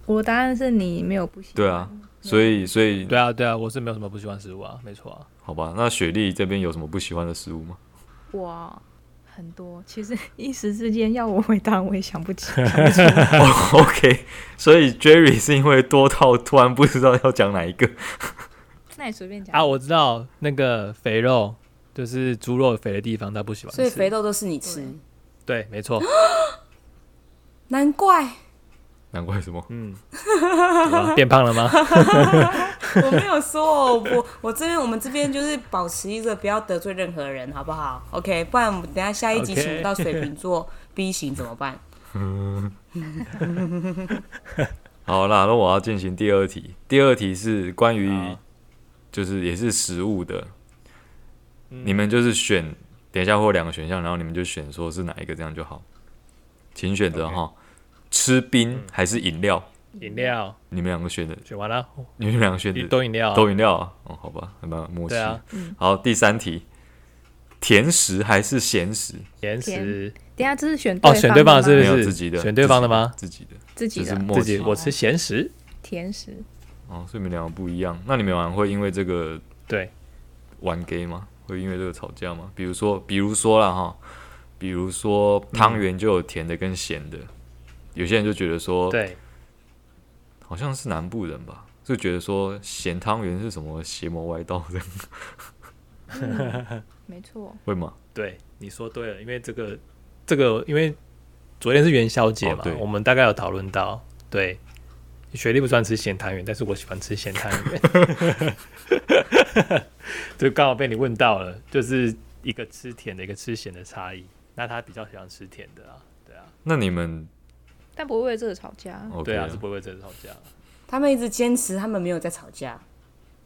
[SPEAKER 3] 我答案是你没有不喜欢。
[SPEAKER 1] 对啊，所以所以
[SPEAKER 4] 对啊对啊，我是没有什么不喜欢食物啊，没错啊。
[SPEAKER 1] 好吧，那雪莉这边有什么不喜欢的食物吗？ *laughs*
[SPEAKER 3] 我很多，其实一时之间要我回答，我也想不起。
[SPEAKER 4] *laughs*
[SPEAKER 1] 哦 OK，所以 Jerry 是因为多到突然不知道要讲哪一个，
[SPEAKER 3] 那你随便讲
[SPEAKER 4] 啊，我知道那个肥肉，就是猪肉肥的地方，他不喜欢吃。
[SPEAKER 2] 所以肥肉都是你吃，
[SPEAKER 4] 对，没错。 *laughs*
[SPEAKER 2] 难怪
[SPEAKER 1] 难怪什么？
[SPEAKER 4] 嗯，怎么了变胖了吗？
[SPEAKER 2] 我没有说哦，我 *laughs* 我这边我们这边就是保持一个不要得罪任何人，好不好？OK，不然我们等一下下一集
[SPEAKER 4] OK
[SPEAKER 2] 请不到水瓶座 B 型怎么办？
[SPEAKER 1] 好啦，那我要进行第二题。第二题是关于
[SPEAKER 4] 好
[SPEAKER 1] 就是也是食物的，
[SPEAKER 4] 嗯
[SPEAKER 1] 你们就是选，等一下会有两个选项，然后你们就选说是哪一个，这样就好。请选择
[SPEAKER 4] OK 嗯
[SPEAKER 1] 哈吃冰还是饮料？
[SPEAKER 4] 饮料
[SPEAKER 1] 你们两个选的，
[SPEAKER 4] 选完了，
[SPEAKER 1] 你们两个选的
[SPEAKER 4] 都饮料啊，
[SPEAKER 1] 都饮料啊？哦，好吧，还蛮默契。
[SPEAKER 4] 对啊，
[SPEAKER 3] 嗯
[SPEAKER 1] 好，第三题，甜食还是咸食？
[SPEAKER 4] 甜食
[SPEAKER 3] 等一下这是选
[SPEAKER 4] 哦，选对方的是
[SPEAKER 3] 的
[SPEAKER 4] 不
[SPEAKER 1] 没
[SPEAKER 3] 吗
[SPEAKER 1] 有
[SPEAKER 4] 是
[SPEAKER 1] 自己的，
[SPEAKER 4] 选对方的吗？
[SPEAKER 1] 自己的，
[SPEAKER 3] 自己
[SPEAKER 1] 就是
[SPEAKER 3] 的
[SPEAKER 1] 默
[SPEAKER 4] 自己
[SPEAKER 1] 契
[SPEAKER 4] 我吃咸食，
[SPEAKER 3] 甜食，
[SPEAKER 1] 哦，所以你们两个不一样。那你们两个会因为这个
[SPEAKER 4] 对，
[SPEAKER 1] 玩 gay 吗？会因为这个吵架吗？比如说，比如说啦哈，比如说汤圆就有甜的跟咸的，有些人就觉得说，
[SPEAKER 4] 对，
[SPEAKER 1] 好像是南部人吧，就觉得说咸汤圆是什么邪魔歪道的，
[SPEAKER 3] 没错，
[SPEAKER 1] 会吗？
[SPEAKER 4] 对，你说对了，因为这个这个，因为昨天是元宵节
[SPEAKER 1] 哦
[SPEAKER 4] 嘛，
[SPEAKER 1] 对
[SPEAKER 4] 我们大概有讨论到，对，学历不算吃咸汤圆，但是我喜欢吃咸汤圆， *laughs* 就刚好被你问到了，就是一个吃甜的，一个吃咸的差异。那他比较喜欢吃甜的啊，对啊，
[SPEAKER 1] 那你们
[SPEAKER 3] 但不会为这个吵架。
[SPEAKER 1] OK
[SPEAKER 4] 对啊，
[SPEAKER 1] 了
[SPEAKER 4] 是不会为这个吵架。
[SPEAKER 2] 他们一直坚持他们没有在吵架，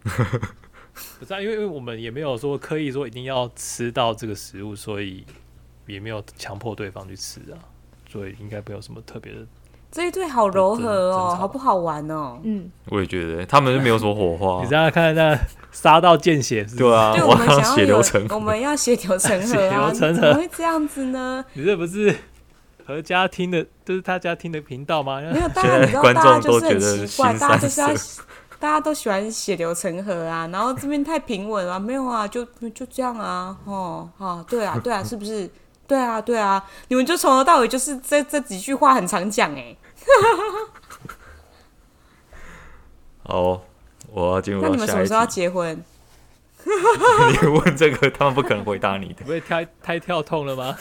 [SPEAKER 4] 不是、啊，因为因为我们也没有说刻意说一定要吃到这个食物，所以也没有强迫对方去吃啊，所以应该没有什么特别的。
[SPEAKER 2] 这一对好柔和
[SPEAKER 4] 真真
[SPEAKER 2] 哦，
[SPEAKER 4] 吵
[SPEAKER 2] 好不好玩哦？
[SPEAKER 3] 嗯，
[SPEAKER 1] 我也觉得他们就没有什么火花
[SPEAKER 4] *laughs* 你这样看，那杀到见血是不是？
[SPEAKER 1] 哦对啊，
[SPEAKER 2] 对，我
[SPEAKER 1] 我
[SPEAKER 2] 们想要
[SPEAKER 1] 血
[SPEAKER 2] 有
[SPEAKER 1] 流成
[SPEAKER 2] 我们要血流成河
[SPEAKER 4] 血
[SPEAKER 2] 啊！
[SPEAKER 4] 流成河
[SPEAKER 2] 你怎么会这样子呢？
[SPEAKER 4] 你这不是何家听的，这是他家听的频道吗？ *laughs*
[SPEAKER 2] 没有，当然你
[SPEAKER 1] 现在
[SPEAKER 2] 知道，大家
[SPEAKER 1] 观众
[SPEAKER 2] 就
[SPEAKER 1] 都
[SPEAKER 2] 是
[SPEAKER 1] 觉
[SPEAKER 2] 很
[SPEAKER 1] 得
[SPEAKER 2] 奇怪，
[SPEAKER 1] 心
[SPEAKER 2] 大家就是要
[SPEAKER 1] 酸，
[SPEAKER 2] *laughs* 大家都喜欢血流成河啊。然后这边太平稳了、没有啊，就就这样啊，哦，啊，对啊，对啊，是不是？对啊，对啊，你们就从头到尾就是这这几句话很常讲哎、
[SPEAKER 1] 好哦，我要进入
[SPEAKER 2] 那
[SPEAKER 1] 到
[SPEAKER 2] 你们什
[SPEAKER 1] 下
[SPEAKER 2] 么
[SPEAKER 1] 一
[SPEAKER 2] 时候要
[SPEAKER 1] 题。
[SPEAKER 2] 结婚？
[SPEAKER 1] *laughs* 你问这个，他们不可能回答你的
[SPEAKER 4] 不。会太太跳痛了吗？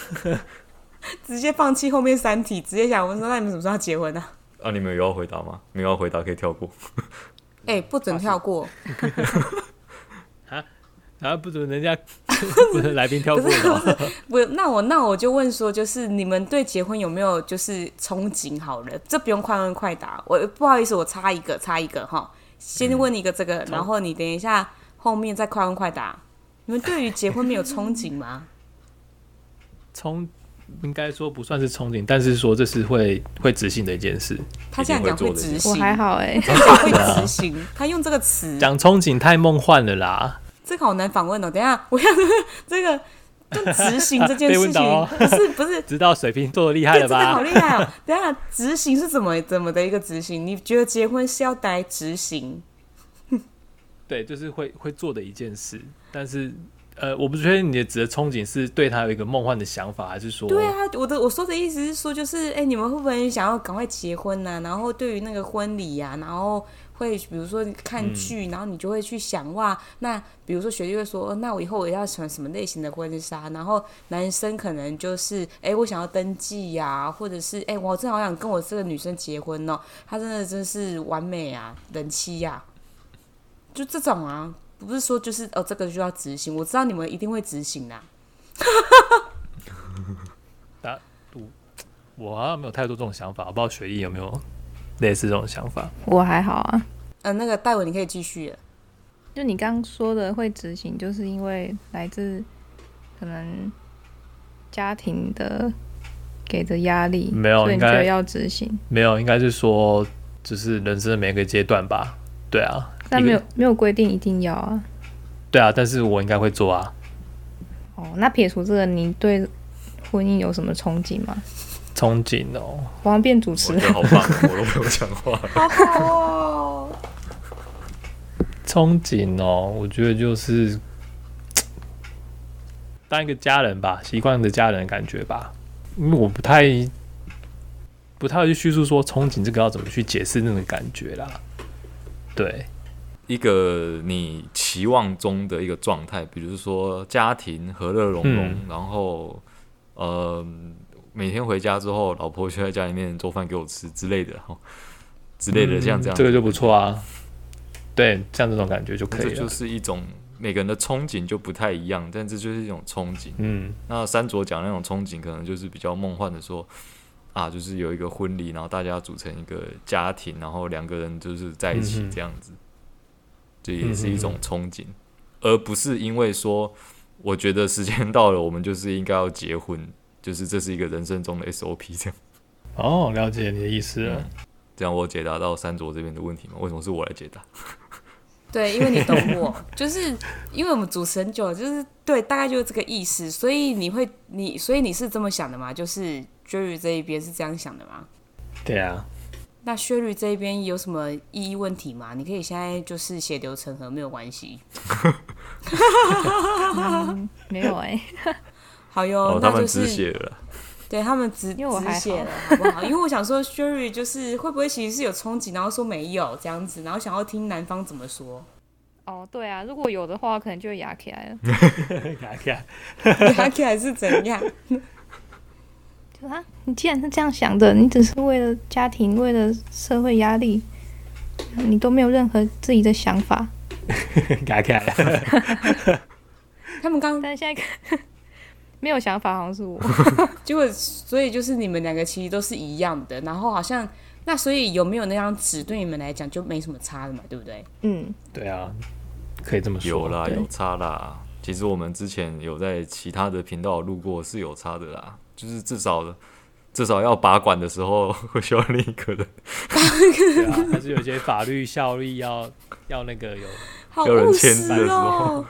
[SPEAKER 2] 直接放弃后面三题，直接想问说，那你们什么时候要结婚啊？
[SPEAKER 1] 啊，你们有要回答吗？没有要回答可以跳过。
[SPEAKER 2] 哎、不准跳过，
[SPEAKER 4] 啊，不准人家 *laughs* 不准来宾跳过
[SPEAKER 1] *laughs*
[SPEAKER 4] 了。
[SPEAKER 2] 不，那我那我就问说，就是你们对结婚有没有就是憧憬？好了，这不用快问快答。我不好意思，我插一个，插一个哈。
[SPEAKER 4] 嗯
[SPEAKER 2] 先问一个这个，然后你等一下后面再快问快答。你们对于结婚没有憧憬吗？
[SPEAKER 4] 憧应该说不算是憧憬，但是说这是会会执行的一件事。
[SPEAKER 2] 他这样讲会执
[SPEAKER 3] 我
[SPEAKER 2] 行，
[SPEAKER 3] 还好哎、
[SPEAKER 2] 他讲会执行，他用这个词，
[SPEAKER 4] 讲憧憬太梦幻了啦，
[SPEAKER 2] 这个好难访问哦。等一下，我要 *laughs* 这个就执行这件
[SPEAKER 4] *laughs* 被
[SPEAKER 2] 事
[SPEAKER 4] 问到
[SPEAKER 2] 情
[SPEAKER 4] 哦，
[SPEAKER 2] 不是不
[SPEAKER 4] *laughs*
[SPEAKER 2] 是
[SPEAKER 4] 知道水瓶座厉害
[SPEAKER 2] 对，
[SPEAKER 4] 了
[SPEAKER 2] 真的好
[SPEAKER 4] 吧？
[SPEAKER 2] 厉害哦！等一下执行是怎么怎么的一个执行？你觉得结婚是要来执行？
[SPEAKER 4] 对，就是会会做的一件事，但是。呃，我不确定你的指的憧憬是对他有一个梦幻的想法，还是说
[SPEAKER 2] 对啊，我的我说的意思是说，就是哎、你们会不会想要赶快结婚呢、然后对于那个婚礼呀、然后会比如说看剧，然后你就会去想哇，那比如说学弟会说，哦那我以后我要穿什么类型的婚纱？然后男生可能就是哎、我想要登记呀、或者是哎、我真的好想跟我这个女生结婚哦，她真的真是完美啊，人妻呀、就这种啊。不是说就是哦，这个就要执行。我知道你们一定会执行的、啊
[SPEAKER 4] 我好像没有太多这种想法，我不知道学艺有没有类似这种想法。
[SPEAKER 3] 我还好啊。
[SPEAKER 2] 呃，那个戴文，你可以继续了。
[SPEAKER 3] 就你刚刚说的会执行，就是因为来自可能家庭的给的压力，
[SPEAKER 4] 没有
[SPEAKER 3] 所以
[SPEAKER 4] 应
[SPEAKER 3] 你觉
[SPEAKER 4] 该
[SPEAKER 3] 得要执行，
[SPEAKER 4] 没有，应该是说就是人生的每个阶段吧。对啊，
[SPEAKER 3] 但
[SPEAKER 4] 一个
[SPEAKER 3] 没有没有规定一定要啊。
[SPEAKER 4] 对啊，但是我应该会做啊。
[SPEAKER 3] 哦，那撇除这个，你对婚姻有什么憧憬吗？
[SPEAKER 4] 憧憬哦，
[SPEAKER 3] 我好像变主持
[SPEAKER 1] 我觉
[SPEAKER 3] 人，
[SPEAKER 1] 得好棒，啊我都没有讲话。
[SPEAKER 2] 哦，
[SPEAKER 4] 憧憬哦，我觉得就是当一个家人吧，习惯的家人的感觉吧。因为我不太不太会去叙述说憧憬这个要怎么去解释那种感觉啦。对，
[SPEAKER 1] 一个你期望中的一个状态，比如说家庭和乐融融，
[SPEAKER 4] 嗯
[SPEAKER 1] 然后呃每天回家之后，老婆就在家里面做饭给我吃之类的，哈，之类的，像这样，
[SPEAKER 4] 嗯这个就不错啊。对，像这种感觉就可以啊
[SPEAKER 1] 这
[SPEAKER 4] 了。
[SPEAKER 1] 就是一种每个人的憧憬就不太一样，但这就是一种憧憬。
[SPEAKER 4] 嗯，
[SPEAKER 1] 那三卓讲那种憧憬，可能就是比较梦幻的说，啊，就是有一个婚礼，然后大家组成一个家庭，然后两个人就是在一
[SPEAKER 5] 嗯
[SPEAKER 1] 起
[SPEAKER 5] 哼嗯
[SPEAKER 1] 这样子，这也是一种憧憬，而不是因为说我觉得时间 *laughs* 到了，我们就是应该要结婚，就是这是一个人生中的 SOP 这样。
[SPEAKER 4] 哦，了解你的意思
[SPEAKER 1] 嗯
[SPEAKER 4] 了。
[SPEAKER 1] 这样我解答到三卓这边的问题吗？为什么是我来解答？
[SPEAKER 2] 对，因为你懂我，就是因为我们主持很久了，就是对，大概就是这个意思。所以你会，你所以你是这么想的吗？就是 Jerry 这一边是这样想的吗？
[SPEAKER 5] 对
[SPEAKER 4] *laughs*
[SPEAKER 5] 啊，
[SPEAKER 2] 那薛律这一边有什么异议问题吗？你可以现在就是血流成河，没有关系。
[SPEAKER 3] *laughs* 没有哎、
[SPEAKER 2] 好哟，
[SPEAKER 1] 哦，他
[SPEAKER 2] 那
[SPEAKER 1] 们
[SPEAKER 2] 就
[SPEAKER 1] 止
[SPEAKER 2] 是
[SPEAKER 1] 血了啦。
[SPEAKER 2] 对他们只
[SPEAKER 3] 因为我
[SPEAKER 2] 只
[SPEAKER 3] 还好
[SPEAKER 2] 写了，好不好？因为我想说，Sherry 就是会不会其实是有憧憬，然后说没有这样子，然后想要听男方怎么
[SPEAKER 3] *laughs*
[SPEAKER 2] 说。 *laughs*
[SPEAKER 3] 哦，对啊，如果有的话，可能就会压起来了。
[SPEAKER 5] 看
[SPEAKER 4] 啊
[SPEAKER 5] 看，
[SPEAKER 2] 他起来是怎样？
[SPEAKER 3] 就啊，你既然是这样想的，你只是为了家庭，为了社会压力，你都没有任何自己的想法。
[SPEAKER 5] 看看，
[SPEAKER 2] 他们刚
[SPEAKER 3] 但现在看 *laughs* 没有想法，好像是我。
[SPEAKER 2] 结果，所以就是你们两个其实都是一样的，然后好像那所以有没有那张纸对你们来讲就没什么差的嘛，对不对？
[SPEAKER 3] 嗯，
[SPEAKER 5] 对啊，可以这么说。
[SPEAKER 1] 有啦，
[SPEAKER 3] 对
[SPEAKER 1] 有差啦。其实我们之前有在其他的频道录过，是有差的啦。就是至少至少要拔管的时候 *laughs* 会需要另一个人，
[SPEAKER 4] 对啊，还是有一些法律效力要要那个有，
[SPEAKER 2] 好
[SPEAKER 1] 有人
[SPEAKER 2] 务
[SPEAKER 1] 签字
[SPEAKER 2] 实
[SPEAKER 1] 的时 *laughs*
[SPEAKER 2] 哦
[SPEAKER 1] 候、啊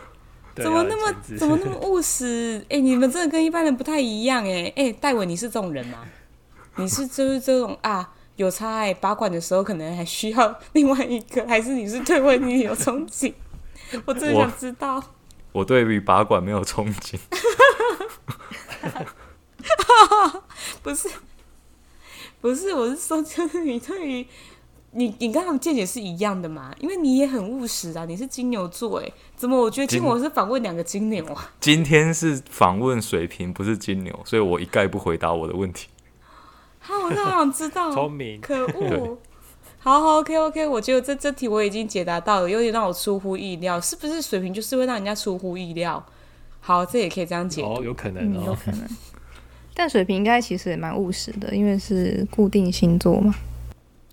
[SPEAKER 4] 对啊
[SPEAKER 2] 怎么
[SPEAKER 4] 要有
[SPEAKER 2] 那么
[SPEAKER 4] 签字
[SPEAKER 2] 怎么那么务实？哎、你们真的跟一般人不太一样哎、哎、戴文，你是这种人吗？ *laughs* 你是就是这种啊？有差哎、拔管的时候可能还需要另外一个，还是你是对为你有憧憬？我真的
[SPEAKER 1] 我
[SPEAKER 2] 想知道。
[SPEAKER 1] 我对于拔管没有憧憬，
[SPEAKER 2] 不是， *laughs* 不是，我是说，就是你对于你，你跟他们见解是一样的嘛？因为你也很务实啊，你是金牛座，哎，怎么我觉得今
[SPEAKER 1] 金
[SPEAKER 2] 天我是访问两个金牛啊？
[SPEAKER 1] 今天是访问水瓶，不是金牛，所以我一概不回答我的问题。
[SPEAKER 2] *laughs* 好，我那我想知道
[SPEAKER 4] *laughs* 聪，明，
[SPEAKER 2] 可恶
[SPEAKER 1] 对。
[SPEAKER 2] 好好，OK OK，我觉得这这题我已经解答到了，有点让我出乎意料，是不是水平就是会让人家出乎意料？好，这也可以这样解
[SPEAKER 4] 哦，
[SPEAKER 2] 读。
[SPEAKER 4] 有可能
[SPEAKER 3] 嗯有
[SPEAKER 4] 哦，
[SPEAKER 3] 可能。但水瓶应该其实也蛮务实的，因为是固定星座嘛，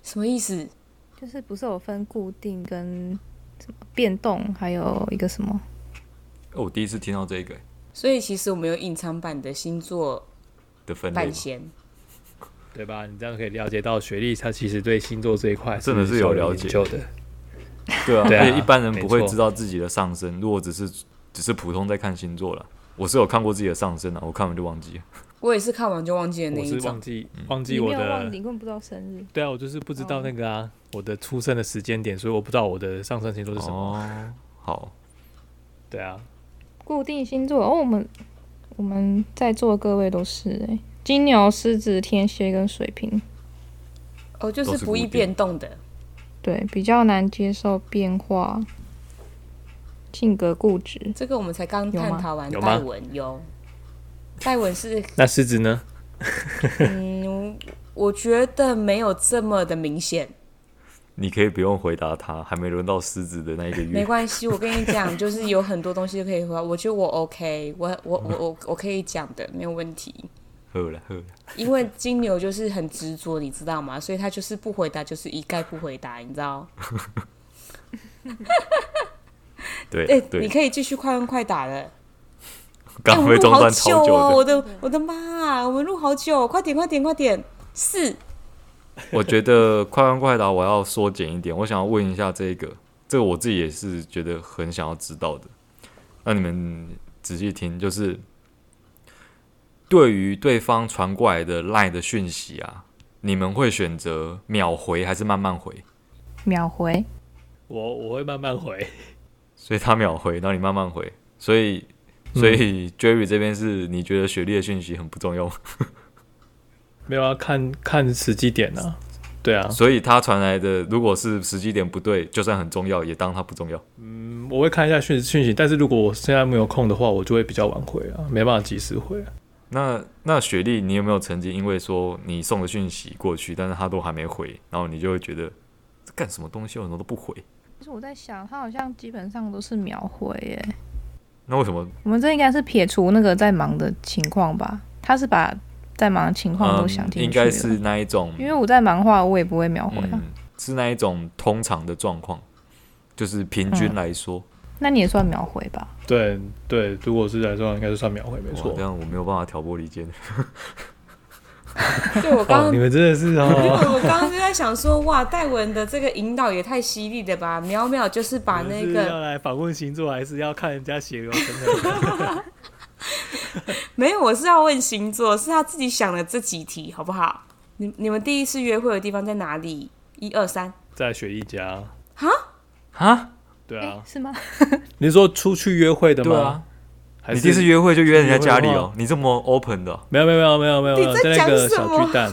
[SPEAKER 2] 什么意思？
[SPEAKER 3] 就是不是有分固定跟什么变动，还有一个什么？
[SPEAKER 1] 哦，我第一次听到这个欸
[SPEAKER 2] 所以其实我们有隐藏版的星座
[SPEAKER 1] 的分类
[SPEAKER 2] 半
[SPEAKER 1] 吗，
[SPEAKER 2] 仙。
[SPEAKER 4] 对吧？你这样可以了解到学历，他其实对星座这一块
[SPEAKER 1] 真的是有了解
[SPEAKER 4] 是有研究的。
[SPEAKER 1] 对啊，
[SPEAKER 4] 对啊
[SPEAKER 1] 而且一般人不
[SPEAKER 4] 没
[SPEAKER 1] 会
[SPEAKER 4] 错
[SPEAKER 1] 知道自己的上升，如果只是只是普通在看星座了。我是有看过自己的上升啊，我看完就忘记了。
[SPEAKER 2] 我也是看完就忘记了那
[SPEAKER 4] 我
[SPEAKER 2] 一
[SPEAKER 4] 是
[SPEAKER 2] 种
[SPEAKER 4] 忘。记
[SPEAKER 1] 嗯
[SPEAKER 4] 忘记
[SPEAKER 3] 你没
[SPEAKER 4] 我
[SPEAKER 3] 有忘，
[SPEAKER 4] 的
[SPEAKER 3] 你，根本不知道生日。
[SPEAKER 4] 对啊，我就是不知
[SPEAKER 2] 哦
[SPEAKER 4] 道那个啊，我的出生的时间点，所以我不知道我的上升星座是什么。
[SPEAKER 1] 哦，好，
[SPEAKER 4] 对啊，
[SPEAKER 3] 固定星座哦，我们我们在座各位都是哎、金牛、狮子、天蝎跟水瓶，
[SPEAKER 2] 哦，就
[SPEAKER 1] 都
[SPEAKER 2] 是
[SPEAKER 1] 是
[SPEAKER 2] 不
[SPEAKER 1] 固
[SPEAKER 2] 易
[SPEAKER 1] 定
[SPEAKER 2] 变动的。
[SPEAKER 3] 对，比较难接受变化，性格固执。
[SPEAKER 2] 这个我们才刚
[SPEAKER 3] 有吗
[SPEAKER 2] 探讨完
[SPEAKER 4] 有吗
[SPEAKER 2] 戴文有，戴文是
[SPEAKER 4] 那狮子呢？
[SPEAKER 2] 嗯，我觉得没有这么的明显，
[SPEAKER 1] 你可以不用回答他，还没轮到狮子的那一个
[SPEAKER 2] 没
[SPEAKER 1] 月。
[SPEAKER 2] 关系。我跟你讲，就是有很多东西可以回答，我觉得我 OK，我我我我我可以讲的，没有问题。
[SPEAKER 1] 喝了喝了，
[SPEAKER 2] 因为金牛就是很执着，你知道吗？所以他就是不回答，就是一概不回答，你知道？
[SPEAKER 1] 对、
[SPEAKER 2] 哎、你
[SPEAKER 1] 对，
[SPEAKER 2] 可以继续快问快答了。哎，
[SPEAKER 1] 刚
[SPEAKER 2] 我
[SPEAKER 1] 被
[SPEAKER 2] 们录
[SPEAKER 1] 中
[SPEAKER 2] 好
[SPEAKER 1] 断超久
[SPEAKER 2] 哦！
[SPEAKER 1] 的。
[SPEAKER 2] 我的我的妈、啊，我们录好久，快点快点快点！四
[SPEAKER 1] 我觉得快问快答我要缩减一点，我想要问一下这个，这个我自己也是觉得很想要知道的。那你们仔细听，就是对于对方传过来的赖的讯息啊，你们会选择秒回还是慢慢回？
[SPEAKER 3] 秒回，
[SPEAKER 4] 我我会慢慢回， *laughs*
[SPEAKER 1] 所以他秒回，然后你慢慢回，所以所
[SPEAKER 2] 嗯
[SPEAKER 1] 以 Jerry 这边是你觉得学历的讯息很不重要吗，
[SPEAKER 4] 没有啊，看看时机点啊。对啊，
[SPEAKER 1] 所以他传来的如果是时机点不对，就算很重要，也当它不重要。
[SPEAKER 4] 嗯我会看一下讯讯息，但是如果我现在没有空的话，我就会比较晚回啊，没办法及时回啊。
[SPEAKER 1] 那那雪莉，你有没有曾经因为说你送了讯息过去，但是他都还没回，然后你就会觉得这干什么东西，我怎么都不回？
[SPEAKER 3] 其实我在想，他好像基本上都是秒回耶。
[SPEAKER 1] 那为什么？
[SPEAKER 3] 我们这应该是撇除那个在忙的情况吧？他是把在忙的情况都想
[SPEAKER 1] 嗯，
[SPEAKER 3] 进去、
[SPEAKER 1] 应该是，那一种，
[SPEAKER 3] 因为我在忙的话，我也不会秒回啊。
[SPEAKER 1] 嗯，是那一种通常的状况，就是平均
[SPEAKER 3] 嗯
[SPEAKER 1] 来说，
[SPEAKER 3] 那你也算秒回吧？
[SPEAKER 4] 对对，如果是来说，应该是算秒回，没哦
[SPEAKER 1] 哇这样我没有办法挑拨离间。
[SPEAKER 2] 对我刚
[SPEAKER 5] 哦，你们真的是
[SPEAKER 2] 因为
[SPEAKER 5] 哦，
[SPEAKER 2] 我刚刚就在想说，哇，戴文的这个引导也太犀利了吧！
[SPEAKER 4] 啊
[SPEAKER 2] 秒秒就是 *laughs* 把那
[SPEAKER 4] 你们是要
[SPEAKER 2] 个
[SPEAKER 4] 来访问星座，还 *laughs* 是要看人家血流成河？
[SPEAKER 2] 没有，我是要问星座，是他自己想的这几题，好不好？你你们第一次约会的地方在哪里？一二三，
[SPEAKER 4] 在雪一家，
[SPEAKER 1] 啊，
[SPEAKER 4] 对
[SPEAKER 3] 哎、
[SPEAKER 4] 啊，
[SPEAKER 3] 是吗？ *laughs*
[SPEAKER 4] 你是说出去约会的
[SPEAKER 1] 对
[SPEAKER 4] 吗？
[SPEAKER 1] 啊，
[SPEAKER 4] 还
[SPEAKER 1] 你
[SPEAKER 4] 是
[SPEAKER 1] 第一次约会就约人家家里
[SPEAKER 4] 约会的
[SPEAKER 1] 哦
[SPEAKER 4] 话，
[SPEAKER 1] 你这么 open 的哦、
[SPEAKER 4] 没有没有没有没有没有没有，
[SPEAKER 2] 你在
[SPEAKER 4] 那
[SPEAKER 2] 讲什
[SPEAKER 4] 个小
[SPEAKER 2] 么
[SPEAKER 4] 巨蛋，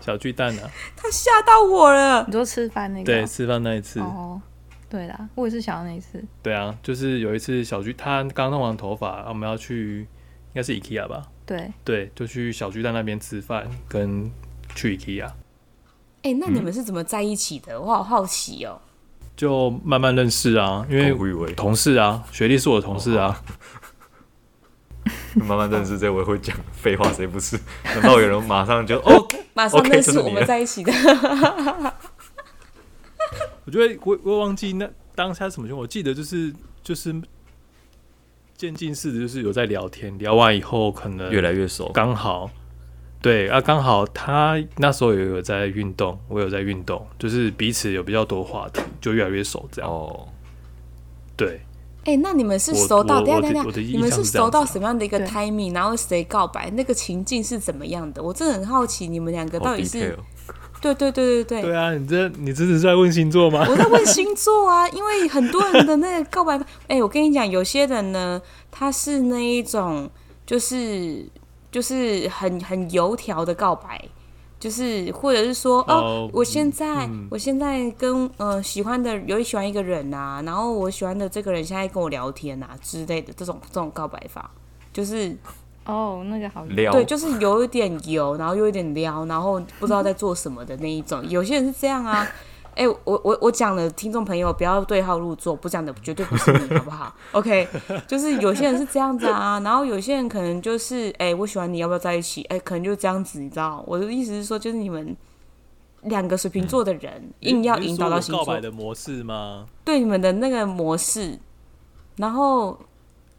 [SPEAKER 4] 小巨蛋啊，
[SPEAKER 2] 他吓到我了。
[SPEAKER 3] 你说吃饭那
[SPEAKER 2] *laughs*
[SPEAKER 3] 个？
[SPEAKER 4] 对，吃饭那一次，
[SPEAKER 3] 哦，对啦，我也是想要那一次。
[SPEAKER 4] 对啊，就是有一次小巨，他刚弄完头发，我们要去，应该是 IKEA 吧？
[SPEAKER 3] 对，
[SPEAKER 4] 对，就去小巨蛋那边吃饭，跟去 IKEA，
[SPEAKER 2] 哎、
[SPEAKER 4] 嗯
[SPEAKER 2] 那你们是怎么在一起的？我好好奇哦。
[SPEAKER 4] 就慢慢认识啊，因为
[SPEAKER 1] 我以为
[SPEAKER 4] 同事啊，学历是我的同事
[SPEAKER 1] 哦
[SPEAKER 4] 啊，
[SPEAKER 1] 慢慢认识这位会讲废话，谁不是？难道有人马上就哦？
[SPEAKER 2] 马上
[SPEAKER 1] OK，
[SPEAKER 2] 认
[SPEAKER 1] 这
[SPEAKER 2] 识
[SPEAKER 1] 是
[SPEAKER 2] 我
[SPEAKER 1] 你
[SPEAKER 2] 们
[SPEAKER 1] 的
[SPEAKER 2] 在一
[SPEAKER 4] *laughs*
[SPEAKER 2] 起的，
[SPEAKER 4] 我觉得我我忘记那当下什么情况，我记得就是就是渐进式的，就是有在聊天，聊完以后可能
[SPEAKER 1] 越来越熟，
[SPEAKER 4] 刚好，对啊，刚好他那时候也有在运动，我有在运动，就是彼此有比较多话题，就越来越熟这样。
[SPEAKER 1] 哦，
[SPEAKER 4] 对，
[SPEAKER 2] 哎、那你们是
[SPEAKER 4] 我
[SPEAKER 2] 熟到
[SPEAKER 4] 我
[SPEAKER 2] 等一
[SPEAKER 4] 我
[SPEAKER 2] 下等
[SPEAKER 4] 的
[SPEAKER 2] 一
[SPEAKER 4] 我
[SPEAKER 2] 下，
[SPEAKER 4] 的印
[SPEAKER 2] 你们
[SPEAKER 4] 象
[SPEAKER 2] 是
[SPEAKER 4] 是这样
[SPEAKER 2] 熟到
[SPEAKER 4] 子啊
[SPEAKER 2] 什么样的一个
[SPEAKER 3] 对
[SPEAKER 2] timing？然后谁告白？那个情境是怎么样的？我真的很好奇，你们两个
[SPEAKER 1] 好
[SPEAKER 2] 到底是
[SPEAKER 1] detail，
[SPEAKER 2] 对对对对
[SPEAKER 4] 对啊，你这你这是在问星座吗？
[SPEAKER 2] 我在问星座啊， *laughs* 因为很多人的那个告白，哎、我跟你讲，有些人呢，他是那一种，就是就是很很油条的告白，就是或者是说，哦
[SPEAKER 4] 哦，
[SPEAKER 2] 我现在、
[SPEAKER 4] 嗯
[SPEAKER 2] 我现在跟呃喜欢的有喜欢一个人呐、然后我喜欢的这个人现在跟我聊天呐、之类的，这种这种告白法，就是
[SPEAKER 3] 哦，那个好，
[SPEAKER 1] 撩
[SPEAKER 2] 对，就是有一点油，然后又有点撩，然后不知道在做什么的那一种。有些人是这样啊。哎、我我我讲了，听众朋友不要对号入座，不讲的绝对不是你，好不好？OK，就是 *laughs* 有些人是这样子啊，然后有些人可能就是，哎、我喜欢你，要不要在一起？哎、可能就这样子，你知道？我的意思是说，就是你们两个水瓶座的人，硬要
[SPEAKER 4] 嗯你是
[SPEAKER 2] 引
[SPEAKER 4] 说
[SPEAKER 2] 导到
[SPEAKER 4] 我
[SPEAKER 2] 星
[SPEAKER 4] 告
[SPEAKER 2] 座
[SPEAKER 4] 白，的模式吗？
[SPEAKER 2] 对你们的那个模式，然后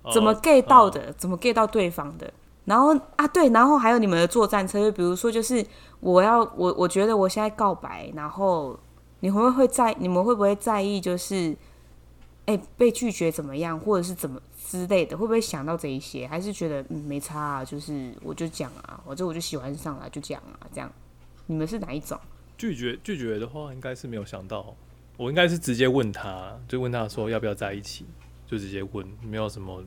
[SPEAKER 4] 哦
[SPEAKER 2] 怎么 get 到？的，怎么 get 到对方的。然后啊，对，然后还有你们的作战策略，比如说就是我要我我觉得我现在告白，然后你会不会在你们会不会在意就是，哎被拒绝怎么样，或者是怎么之类的，会不会想到这一些，还是觉得嗯没差啊，就是我就讲啊，我这我就喜欢上了就讲啊，这样。你们是哪一种？
[SPEAKER 4] 拒绝拒绝的话，应该是没有想到，我应该是直接问他，就问他说要不要在一起，就直接问，没有什么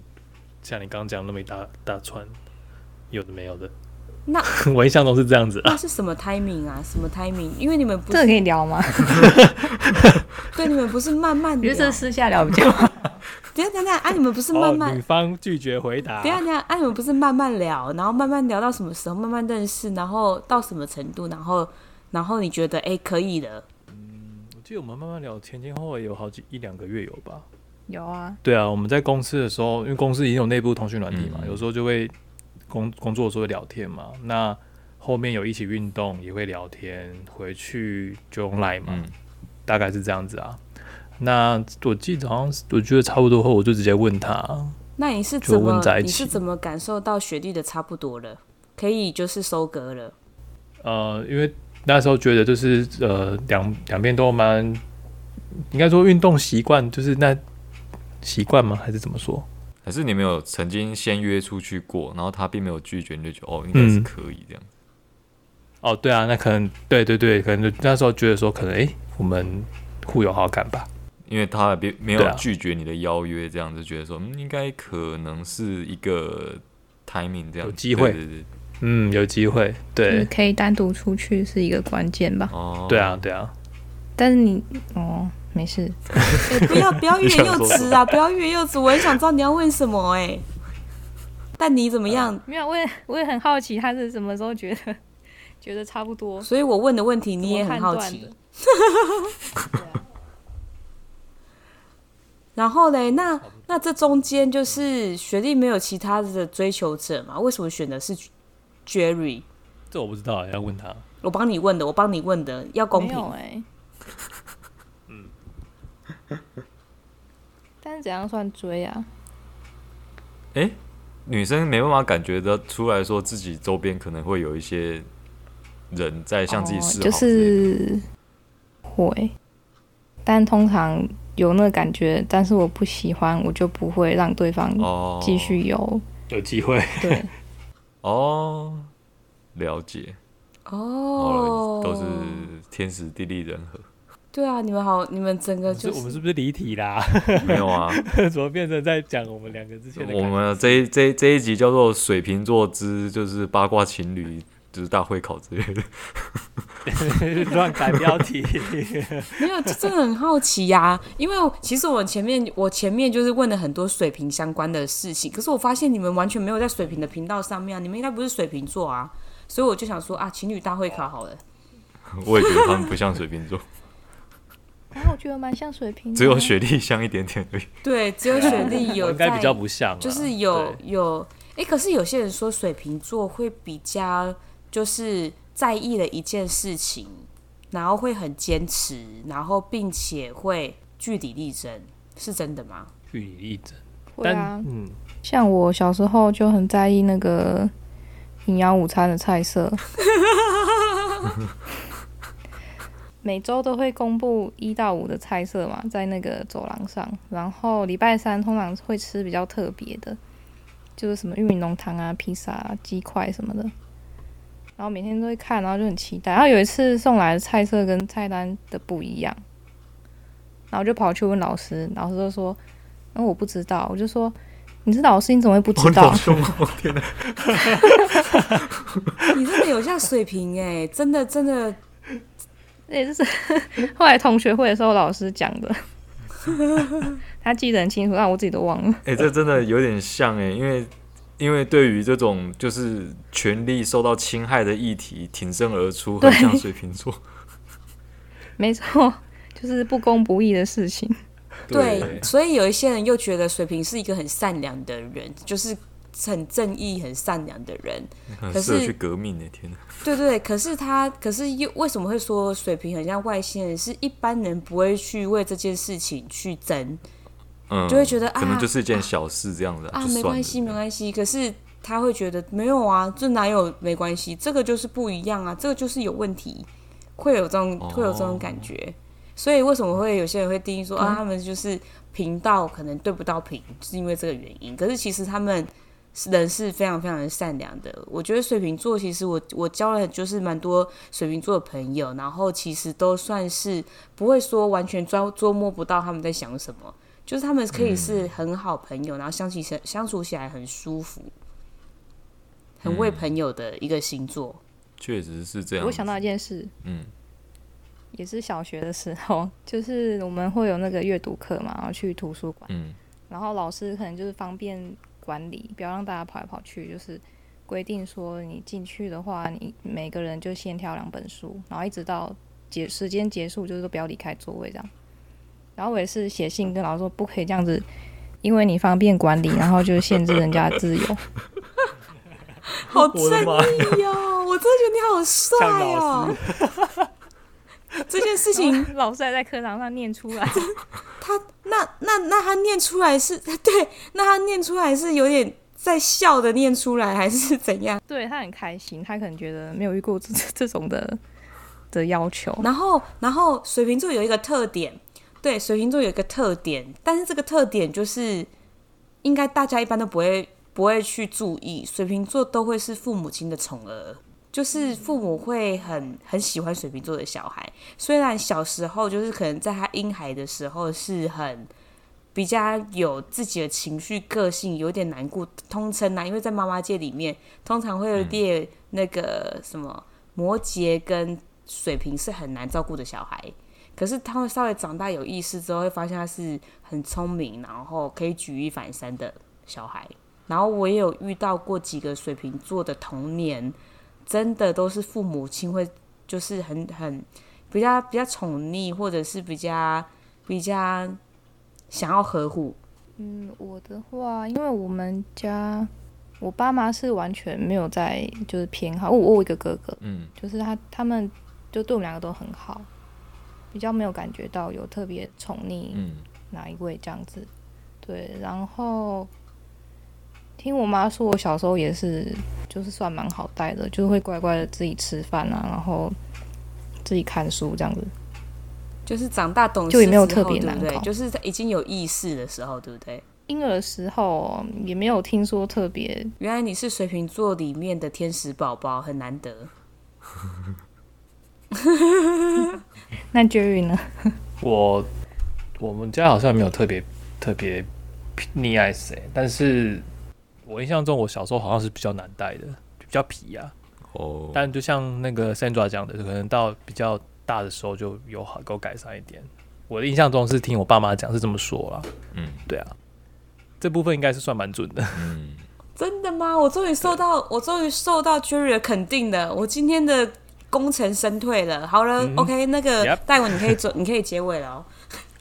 [SPEAKER 4] 像你刚刚讲那么一大大串，有的没有的。
[SPEAKER 2] 那
[SPEAKER 4] *laughs* 我印象中是这样子啊，
[SPEAKER 2] 那是什么 timing 啊？什么 timing？因为你们不
[SPEAKER 3] 这个可
[SPEAKER 2] 是
[SPEAKER 3] 以
[SPEAKER 1] *laughs*
[SPEAKER 3] 聊吗？
[SPEAKER 2] 对你们不是慢慢
[SPEAKER 3] 我觉
[SPEAKER 2] 聊，
[SPEAKER 3] 得这私下聊比
[SPEAKER 1] 啊
[SPEAKER 3] 较好。
[SPEAKER 2] 等一下等一下啊，你们不是慢
[SPEAKER 4] 哦，
[SPEAKER 2] 慢
[SPEAKER 4] 女方拒绝回答。
[SPEAKER 2] 等一下，等一下，哎、你们不是慢慢聊，然后慢慢聊到什么时候，慢慢认识，然后到什么程度，然后，然后你觉得哎、可以了，
[SPEAKER 4] 我记得我们慢慢聊，前前后后也有好几一两个月有吧？
[SPEAKER 3] *laughs* 有啊，
[SPEAKER 4] 对啊，我们在公司的时候，因为公司已经有内部通讯软体嘛，
[SPEAKER 1] 嗯
[SPEAKER 4] 有时候就会工工作的时候会聊天嘛。那后面有一起运动，也会聊天，回去就用 Line 嘛，
[SPEAKER 1] 嗯，
[SPEAKER 4] 大概是这样子啊。那我记得好像是，我觉得差不多后，我就直接问他，
[SPEAKER 2] 那你是
[SPEAKER 4] 就
[SPEAKER 2] 怎么
[SPEAKER 4] 问在一
[SPEAKER 2] 你是
[SPEAKER 4] 起
[SPEAKER 2] 怎么感受到学弟的差不多了，可以就是收割
[SPEAKER 4] *laughs*
[SPEAKER 2] 了？
[SPEAKER 4] 呃，因为那时候觉得就是呃两两边都蛮，应该说运动习惯就是那习惯吗？还是怎么说？
[SPEAKER 1] 还是你们有曾经先约出去过，然后他并没有拒绝，你就觉得哦，应该是可以这样。
[SPEAKER 4] 哦，对啊，那可能对对对，可能就那时候觉得说，可能诶，我们互有好感吧。
[SPEAKER 1] 因为他别没
[SPEAKER 4] 对
[SPEAKER 1] 有
[SPEAKER 4] 啊
[SPEAKER 1] 拒绝你的邀约，这样就觉得说，嗯，应该可能是一个 timing 这样
[SPEAKER 4] 有机会
[SPEAKER 1] 对对对
[SPEAKER 4] 嗯，有机会，对、
[SPEAKER 3] 你
[SPEAKER 2] 嗯
[SPEAKER 3] 可以单独出去是一个关键吧。
[SPEAKER 1] 哦，
[SPEAKER 4] 对啊，对啊，
[SPEAKER 3] 但是你哦，没事，
[SPEAKER 2] 哎、不要不要欲
[SPEAKER 1] 你
[SPEAKER 2] 言
[SPEAKER 1] 想
[SPEAKER 2] 又
[SPEAKER 1] 说什
[SPEAKER 2] 止啊，不要欲言又止，我很想知道你要问什么哎、但你怎么样？
[SPEAKER 3] 没有，我也我也很好奇他是什么时候觉得 *laughs* 觉得差不多，
[SPEAKER 2] 所以我问的问题你也
[SPEAKER 3] 怎么
[SPEAKER 2] 很
[SPEAKER 3] 判
[SPEAKER 2] 好
[SPEAKER 3] 断
[SPEAKER 2] 奇
[SPEAKER 3] 的。
[SPEAKER 2] 然后嘞，那那这中间就是学历没有其他的追求者嘛？为什么选的是 Jerry，
[SPEAKER 4] 这我不知道，要问他。
[SPEAKER 2] 我帮你问的，我帮你问的，要公
[SPEAKER 3] 没有
[SPEAKER 2] 平。
[SPEAKER 3] 哎、
[SPEAKER 1] *laughs* 嗯
[SPEAKER 3] 但是怎样算追啊？
[SPEAKER 1] 女生没办法感觉得出来说自己周边可能会有一些人在向自己示
[SPEAKER 3] 哦
[SPEAKER 1] 好、
[SPEAKER 3] 就是会，但通常有那个感觉，但是我不喜欢，我就不会让对方
[SPEAKER 1] 哦，
[SPEAKER 3] 继续有。
[SPEAKER 5] 有机会，
[SPEAKER 3] *laughs* 对，
[SPEAKER 1] 哦，了解，
[SPEAKER 2] 哦
[SPEAKER 1] 哦，，都是天时地利人和，
[SPEAKER 2] 对啊，你们好，你们整个
[SPEAKER 4] 可是
[SPEAKER 2] 就
[SPEAKER 4] 我们
[SPEAKER 2] 是
[SPEAKER 4] 是不是离题啦？ *laughs*
[SPEAKER 1] 没有啊？
[SPEAKER 4] 怎么变成在讲我们两个之前的感
[SPEAKER 1] 我
[SPEAKER 4] 情？
[SPEAKER 1] 们这一这一这一集叫做水瓶座之就是八卦情侣。就是大会考之类的， *laughs*
[SPEAKER 4] *laughs* 乱改标题，
[SPEAKER 2] *laughs* 没有，就真的很好奇呀、因为我其实我前面我前面就是问了很多水瓶相关的事情，可是我发现你们完全没有在水瓶的频道上面、啊，你们应该不是水瓶座啊，所以我就想说啊，情侣大会考好了。
[SPEAKER 1] 我也觉得他们不像水瓶座，
[SPEAKER 3] 然啊后我觉得蛮像水瓶的啊，
[SPEAKER 1] 只有雪莉像一点点而已。
[SPEAKER 2] 对，只有雪莉有
[SPEAKER 4] *laughs* 我应该
[SPEAKER 2] 在
[SPEAKER 4] 比较不像啦，
[SPEAKER 2] 就是有
[SPEAKER 4] 对
[SPEAKER 2] 有，哎、可是有些人说水瓶座会比较就是在意的一件事情，然后会很坚持，然后并且会据理力争，是真的吗？ *laughs*
[SPEAKER 4] 据理力争，
[SPEAKER 3] 会
[SPEAKER 4] 但
[SPEAKER 3] 啊。
[SPEAKER 4] 嗯，
[SPEAKER 3] 像我小时候就很在意那个营养午餐的菜色， *laughs* 每周都会公布一到五的菜色嘛，在那个走廊上。然后礼拜三通常会吃比较特别的，就是什么玉米浓汤啊、披萨、啊、鸡块什么的。然后每天都会看，然后就很期待。然后有一次送来的菜色跟菜单的不一样，然后就跑去问老师，老师就说：“那、我不知道。”我就说：“你是老师，你怎么会不知 *laughs* 道？”
[SPEAKER 2] 你真的有像水瓶哎、真的真的，
[SPEAKER 3] 那也是后来同学会的时候老师讲的，他记得很清楚，但我自己都忘了。
[SPEAKER 1] *laughs* 哎、这真的有点像哎、因为因为对于这种就是权利受到侵害的议题挺身而出，很像水瓶座。
[SPEAKER 3] 没错，就是不公不义的事情。
[SPEAKER 2] 对，所以有一些人又觉得水瓶是一个很善良的人，就是很正义、很善良的人。
[SPEAKER 1] *laughs* 很
[SPEAKER 2] 可
[SPEAKER 1] 适合
[SPEAKER 2] 是
[SPEAKER 1] 去革命呢、天哪！
[SPEAKER 2] 对对，可是他，可是又为什么会说水瓶很像外星人？是一般人不会去为这件事情去争
[SPEAKER 1] 嗯，
[SPEAKER 2] 就会觉得
[SPEAKER 1] 可能
[SPEAKER 2] 啊
[SPEAKER 1] 就是一件小事这样子
[SPEAKER 2] 啊，
[SPEAKER 1] 就
[SPEAKER 2] 没
[SPEAKER 1] 算
[SPEAKER 2] 关
[SPEAKER 1] 了
[SPEAKER 2] 系，没关系。可是他会觉得没有啊，这哪有没关系？这个就是不一样啊，这个就是有问题，会有这种会有这
[SPEAKER 1] 哦
[SPEAKER 2] 种感觉。所以为什么会有些人会定义说
[SPEAKER 1] 嗯
[SPEAKER 2] 啊，他们就是频道可能对不到频，是因为这个原因。可是其实他们人是非常非常的善良的。我觉得水瓶座其实我我交了就是蛮多水瓶座的朋友，然后其实都算是不会说完全抓捉摸不到他们在想什么，就是他们可以
[SPEAKER 4] 嗯
[SPEAKER 2] 是很好朋友，然后相起相相处起来很舒服，很
[SPEAKER 4] 嗯
[SPEAKER 2] 为朋友的一个星
[SPEAKER 4] *laughs*
[SPEAKER 2] 座。
[SPEAKER 1] 确实是这样子。
[SPEAKER 3] 我想到一件事，
[SPEAKER 1] 嗯，
[SPEAKER 3] 也是小学的时候，就是我们会有那个阅读课嘛，然后去图书馆，
[SPEAKER 1] 嗯，
[SPEAKER 3] 然后老师可能就是方便管理，不要让大家跑来跑去，就是规定说你进去的话，你每个人就先挑两本书，然后一直到结时间结束，就是都不要离开座位这样。然后我也是写信跟老师说不可以这样子，因为你方便管理，然后就限制人家自由。
[SPEAKER 2] 好正
[SPEAKER 4] 我的妈
[SPEAKER 2] 义哦！我真的觉得你好帅
[SPEAKER 4] 像老
[SPEAKER 2] 哦。这件事
[SPEAKER 4] *laughs*
[SPEAKER 2] 情，
[SPEAKER 3] *laughs* 老师还在课堂上念出来，
[SPEAKER 2] 他那那那他念出来是 *laughs* 对，那他念出来是有点在笑的念出来，还是怎样？
[SPEAKER 3] 对他很开心，他可能觉得没有遇过这这种的的要求。
[SPEAKER 2] 然后，然后水瓶座有一个特点，对，水瓶座有一个特点，但是这个特点就是应该大家一般都不会不会去注意，水瓶座都会是父母亲的宠儿。就是父母会很很喜欢水瓶座的小孩，虽然小时候就是可能在他婴孩的时候是很比较有自己的情绪、个性，有点难过，通称啊，因为在妈妈界里面通常会列那个什么摩羯跟水平是很难照顾的小孩，可是他会稍微长大有意识之后，会发现他是很聪明，然后可以举一反三的小孩。然后我也有遇到过几个水瓶座的童年，真的都是父母亲会就是很很比较比较宠溺，或者是比较比较想要呵护。
[SPEAKER 3] 嗯，我的话，因为我们家我爸妈是完全没有在就是偏好，我我有一个哥哥，
[SPEAKER 1] 嗯，
[SPEAKER 3] 就是他他们就对我们两个都很好，比较没有感觉到有特别宠溺
[SPEAKER 1] 嗯，
[SPEAKER 3] 哪一位这样子。对，然后听我妈说，我小时候也是，就是算蛮好带的，就是会乖乖的自己吃饭啊，然后自己看书这样子。
[SPEAKER 2] 就是长大懂事
[SPEAKER 3] 就也没有
[SPEAKER 2] 之后
[SPEAKER 3] 特
[SPEAKER 2] 对
[SPEAKER 3] 别
[SPEAKER 2] 不
[SPEAKER 3] 难
[SPEAKER 2] 对？
[SPEAKER 3] 搞
[SPEAKER 2] 就是在已经有意识的时候，对不对？
[SPEAKER 3] 婴儿的时候也没有听说特别，
[SPEAKER 2] 原来你是水瓶座里面的天使宝宝，很难得。
[SPEAKER 3] 那 Jerry 呢？ *laughs*
[SPEAKER 5] 我我们家好像没有特别特别溺爱谁，但是
[SPEAKER 4] 我印象中，我小时候好像是比较难带的，比较皮啊。
[SPEAKER 1] 哦，
[SPEAKER 4] 但就像那个 Sandra 讲的，可能到比较大的时候就有好给我改善一点。我的印象中是听我爸妈讲是这么说啦，
[SPEAKER 1] 嗯
[SPEAKER 4] 对啊，这部分应该是算蛮准的。
[SPEAKER 1] 嗯，
[SPEAKER 2] 真的吗？我终于受到，我终于受到 Jerry 的肯定了。我今天的功成身退了。好了、o k 那个
[SPEAKER 4] Yep
[SPEAKER 2] 戴文，你可以走，你可以结尾了哦。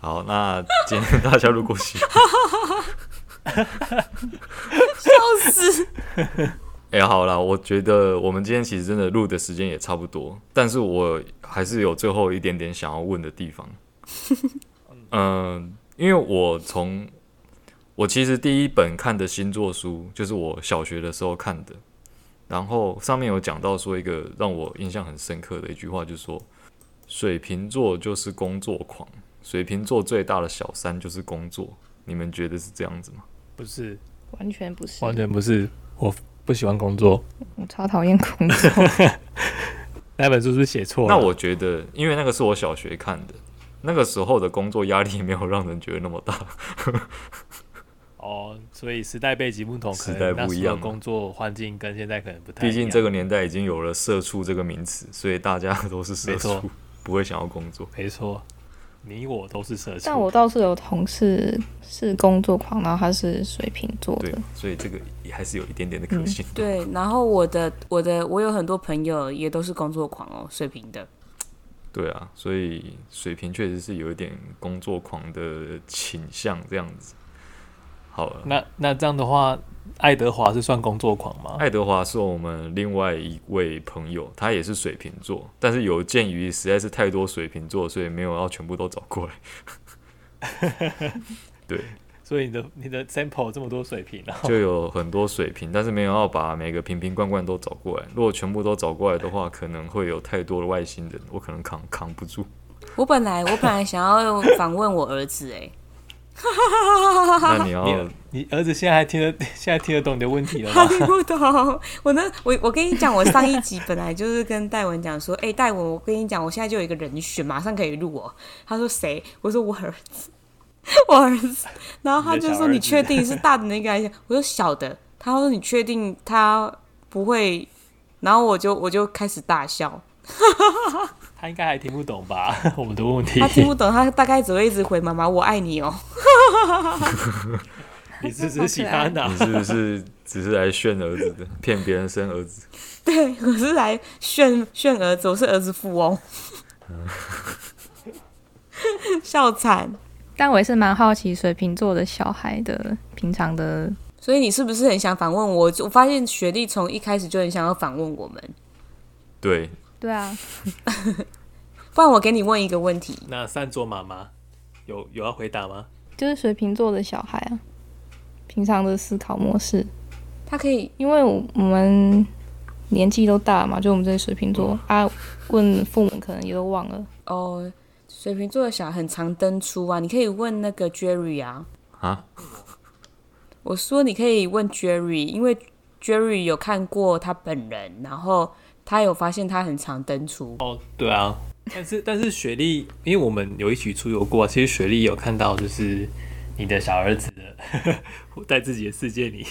[SPEAKER 1] 好，那今天大家如果喜欢，
[SPEAKER 2] 笑死！
[SPEAKER 1] *laughs* 哎、好啦，我觉得我们今天其实真的录的时间也差不多，但是我还是有最后一点点想要问的地方。
[SPEAKER 2] *laughs*
[SPEAKER 1] 嗯、因为我从我其实第一本看的星座书就是我小学的时候看的，然后上面有讲到说一个让我印象很深刻的一句话，就是说水瓶座就是工作狂，水瓶座最大的小三就是工作。你们觉得是这样子吗？
[SPEAKER 4] 不是，
[SPEAKER 3] 完全不是，
[SPEAKER 4] 完全不是，我不喜欢工作。
[SPEAKER 3] 我超讨厌工作。
[SPEAKER 4] 那本书是不是写错了？
[SPEAKER 1] 那我觉得，因为那个是我小学看的，那个时候的工作压力没有让人觉得那么大。
[SPEAKER 4] 哦，所以时代背景不同，可
[SPEAKER 1] 时
[SPEAKER 4] 能
[SPEAKER 1] 代
[SPEAKER 4] 那
[SPEAKER 1] 不一
[SPEAKER 4] 时
[SPEAKER 1] 样
[SPEAKER 4] 候
[SPEAKER 1] 嘛
[SPEAKER 4] 工作环境跟现在可能不太一
[SPEAKER 1] 毕
[SPEAKER 4] 样。
[SPEAKER 1] 竟这个年代已经有了“社畜”这个名词，所以大家 *laughs* 都是社
[SPEAKER 4] 没错
[SPEAKER 1] 畜，不会想要工作。
[SPEAKER 4] 没错，你我都是社畜。
[SPEAKER 3] 但我倒是有同事是工作狂，然后他是水瓶座
[SPEAKER 1] 对
[SPEAKER 3] 的，，
[SPEAKER 1] 所以这个也还是有一点点的可惜。
[SPEAKER 2] 对，然后我的我的我有很多朋友也都是工作狂哦，水平的。
[SPEAKER 1] *laughs* 对啊，所以水瓶确实是有一点工作狂的倾向，这样子。好了，
[SPEAKER 4] 那那这样的话，爱德华是算工作狂
[SPEAKER 2] 哦
[SPEAKER 4] 吗？
[SPEAKER 1] 爱德华是我们另外一位朋友，他也是水瓶座，但是有鉴于实在是太多水瓶座，所以没有要全部都找过来。对，
[SPEAKER 4] 所以你的你的 sample 这么多水平
[SPEAKER 2] 哦
[SPEAKER 4] 啊，
[SPEAKER 1] 就有很多水瓶，但是没有要把每个瓶瓶罐罐都找过来。如果全部都找过来的话，可能会有太多的外星人，我可能扛扛不
[SPEAKER 2] *laughs*
[SPEAKER 1] 住。
[SPEAKER 2] 我本来我本来想要访问我儿子哎，
[SPEAKER 1] 那你要
[SPEAKER 4] 你你儿子现在还听得现在听得懂你的问题了
[SPEAKER 2] 他
[SPEAKER 4] 吗？
[SPEAKER 2] 听不懂。我那
[SPEAKER 4] *laughs*
[SPEAKER 2] 我我跟你讲，我上一集本来就是跟戴文讲说，哎、戴文，我跟你讲，我现在就有一个人选，马上可以录哦。他说谁？我说我儿子，我儿
[SPEAKER 4] *laughs*
[SPEAKER 2] 子。然后他就说
[SPEAKER 4] 你的小
[SPEAKER 2] 你确
[SPEAKER 4] 儿子
[SPEAKER 2] 定是大的那个还是？我说小的。他说你确定他不会？然后我就我就开始大
[SPEAKER 4] *laughs*
[SPEAKER 2] 笑，
[SPEAKER 4] 他应该还听不懂吧？我们的问题
[SPEAKER 2] 他，听不懂，他大概只会一直回妈妈我爱你哦。
[SPEAKER 4] 你是不是喜欢哪
[SPEAKER 1] 你？是不是只是来炫儿子的，骗别人生儿子？
[SPEAKER 2] 对，我是来炫炫儿子，我是儿子富
[SPEAKER 4] *laughs*
[SPEAKER 2] 翁，笑惨。
[SPEAKER 3] 但我也是蛮好奇水瓶座的小孩的平常的
[SPEAKER 2] 所以你是不是很想反问我？我发现学弟从一开始就很想要反问我们，
[SPEAKER 1] 对，
[SPEAKER 3] 对啊，
[SPEAKER 2] 不然我给你问一个问题，
[SPEAKER 4] 那三桌妈妈有有要回答吗？
[SPEAKER 3] 就是水瓶座的小孩啊，平常的思考模式，
[SPEAKER 2] 他可以
[SPEAKER 3] 因为我我们年纪都大嘛，就我们这些水瓶座啊，问父母可能也都忘了。
[SPEAKER 2] 哦，水瓶座的小孩很常登出啊，你可以问那个 Jerry 啊。
[SPEAKER 1] 啊？
[SPEAKER 2] 我说你可以问 Jerry，因为 Jerry 有看过他本人，然后他有发现他很常登出。
[SPEAKER 4] 哦，对啊，但是但是雪莉，因为我们有一起出游过啊，其实雪莉有看到就是你的小儿子的 *laughs* 在自己的世界里，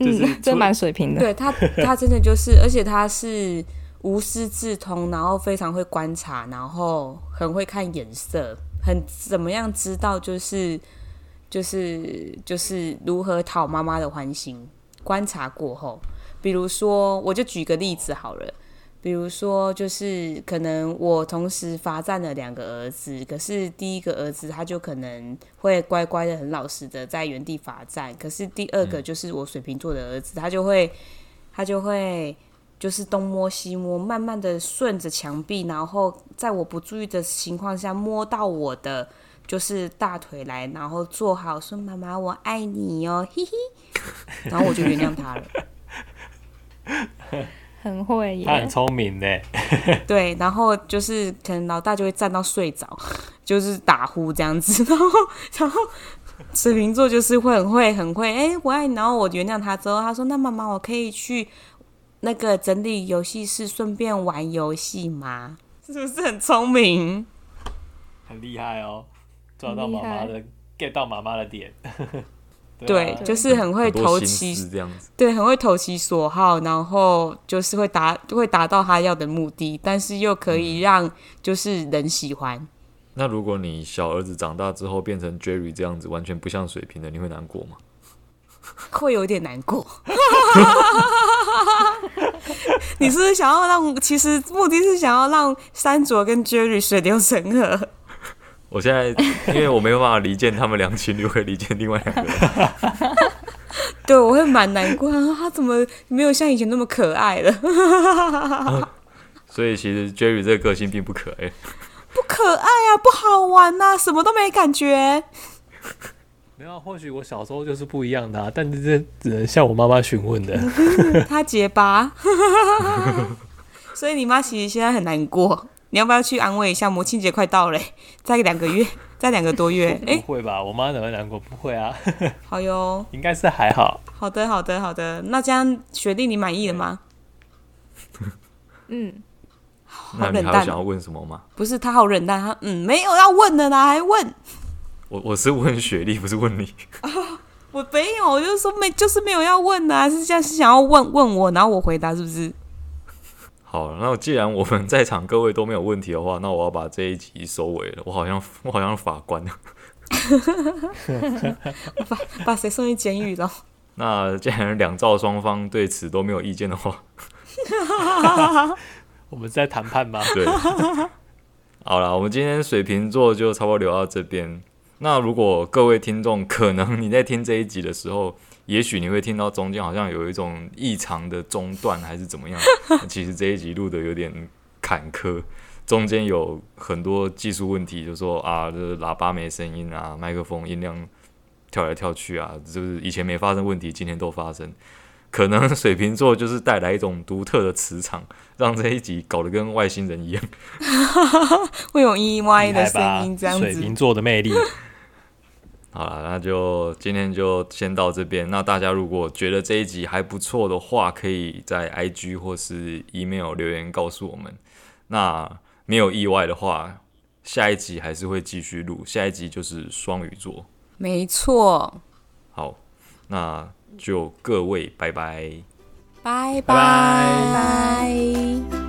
[SPEAKER 4] 就是
[SPEAKER 3] 嗯，这
[SPEAKER 4] 除
[SPEAKER 3] 蛮水平的。
[SPEAKER 2] 对他，他真的就是，而且他是无师自通，然后非常会观察，然后很会看眼色，很怎么样知道就是就是就是如何讨妈妈的欢心。观察过后，比如说，我就举个例子好了，比如说，就是可能我同时罚站了两个儿子，可是第一个儿子他就可能会乖乖的、很老实的在原地罚站，可是第二个就是我水瓶座的儿子，他就会他就会就是东摸西摸，慢慢的顺着墙壁，然后在我不注意的情况下摸到我的就是大腿来，然后坐好说妈妈我爱你哦，嘿嘿，然后我就原谅他了。
[SPEAKER 3] 很会
[SPEAKER 5] 他很
[SPEAKER 3] 耶，
[SPEAKER 5] 聪明呢，
[SPEAKER 2] 对，然后就是可能老大就会站到睡着， *laughs* 就是打呼这样子， *laughs* 然后然后水瓶座就是会很会很会，哎、我爱你，然后我原谅他之后，他说那妈妈我可以去那个整理游戏室，顺便玩游戏吗？ *laughs* 是不是很聪明？
[SPEAKER 5] 很厉害哦，抓到
[SPEAKER 3] 很厉
[SPEAKER 5] 妈妈
[SPEAKER 3] 害
[SPEAKER 5] 的，get 到妈妈的点。 *laughs*
[SPEAKER 2] 对
[SPEAKER 5] 啊，
[SPEAKER 2] 就是很会
[SPEAKER 1] 很
[SPEAKER 2] 投
[SPEAKER 1] 多
[SPEAKER 2] 其
[SPEAKER 1] 心思这样子，
[SPEAKER 2] 对，很会投其所好，然后就是会达会达到他要的目的，但是又可以让就是人喜欢。
[SPEAKER 1] 那如果你小儿子长大之后变成 Jerry 这样子，完全不像水瓶的，你会难过吗？
[SPEAKER 2] 会有点难过。 *laughs* 你是不是想要让？其实目的是想要让山卓跟 Jerry 水流成河。
[SPEAKER 1] 我现在因为我没有办法离间他们两情侣，会离间另外两
[SPEAKER 2] *laughs*
[SPEAKER 1] 个人。
[SPEAKER 2] 对，我会蛮难过，啊他怎么没有像以前那么可爱 *laughs* 了？
[SPEAKER 1] 所以其实 Jerry 这个个性并不可哎爱，
[SPEAKER 2] 不可爱啊，不好玩呐、啊，什么都没感觉。
[SPEAKER 5] 没有啊，或许我小时候就是不一样的、啊，但是这只能向我妈妈询问的。
[SPEAKER 2] 他结巴， *laughs* 所以你妈其实现在很难过。你要不要去安慰一下？母亲节快到嘞、再两个月，再两个多月。 *laughs* 哎、
[SPEAKER 5] 不会吧？我妈怎么会难过？不会啊，
[SPEAKER 2] 好哟，
[SPEAKER 5] 应该是还好。
[SPEAKER 2] 好的，好的，好的。那这样学弟你满意了吗？
[SPEAKER 3] 嗯，
[SPEAKER 1] 那你
[SPEAKER 2] 冷
[SPEAKER 1] 还有
[SPEAKER 2] 淡
[SPEAKER 1] 想要问什么吗？
[SPEAKER 2] 不是他好冷淡，他嗯没有要问的啦，还问
[SPEAKER 1] 我我是问雪莉，不是问你。
[SPEAKER 2] 我没有，我就是说没就是没有要问的、啊，是这样是想要问问我，然后我回答是不是？
[SPEAKER 1] 好，那既然我们在场各位都没有问题的话，那我要把这一集收尾了。我好像我好像法官。
[SPEAKER 2] 把谁送进监狱了？
[SPEAKER 1] 那既然两造双方对此都没有意见的话，
[SPEAKER 5] 我们是在谈判吗？
[SPEAKER 1] 对，好了，我们今天水瓶座就差不多聊到这边。那如果各位听众，可能你在听这一集的时候，也许你会听到中间好像有一种异常的中断，还是怎么样？ *laughs* 其实这一集录的有点坎坷，中间有很多技术问题，就说啊，这喇叭没声音啊，麦克风音量跳来跳去啊，就是以前没发生问题，今天都发生。可能水瓶座就是带来一种独特的磁场，让这一集搞得跟外星人一样。
[SPEAKER 2] 会有咿咿哇
[SPEAKER 5] 厉
[SPEAKER 2] 咿的
[SPEAKER 5] 害吧
[SPEAKER 2] 声音这样
[SPEAKER 5] 水
[SPEAKER 2] 子
[SPEAKER 5] 瓶。座的魅力。
[SPEAKER 1] 好了，那就今天就先到这边。那大家如果觉得这一集还不错的话，可以在 IG 或是 email 留言告诉我们。那没有意外的话，下一集还是会继续录，下一集就是双鱼座。
[SPEAKER 2] 没错，
[SPEAKER 1] 好，那就各位拜拜。
[SPEAKER 2] 拜拜
[SPEAKER 5] 拜
[SPEAKER 2] 拜。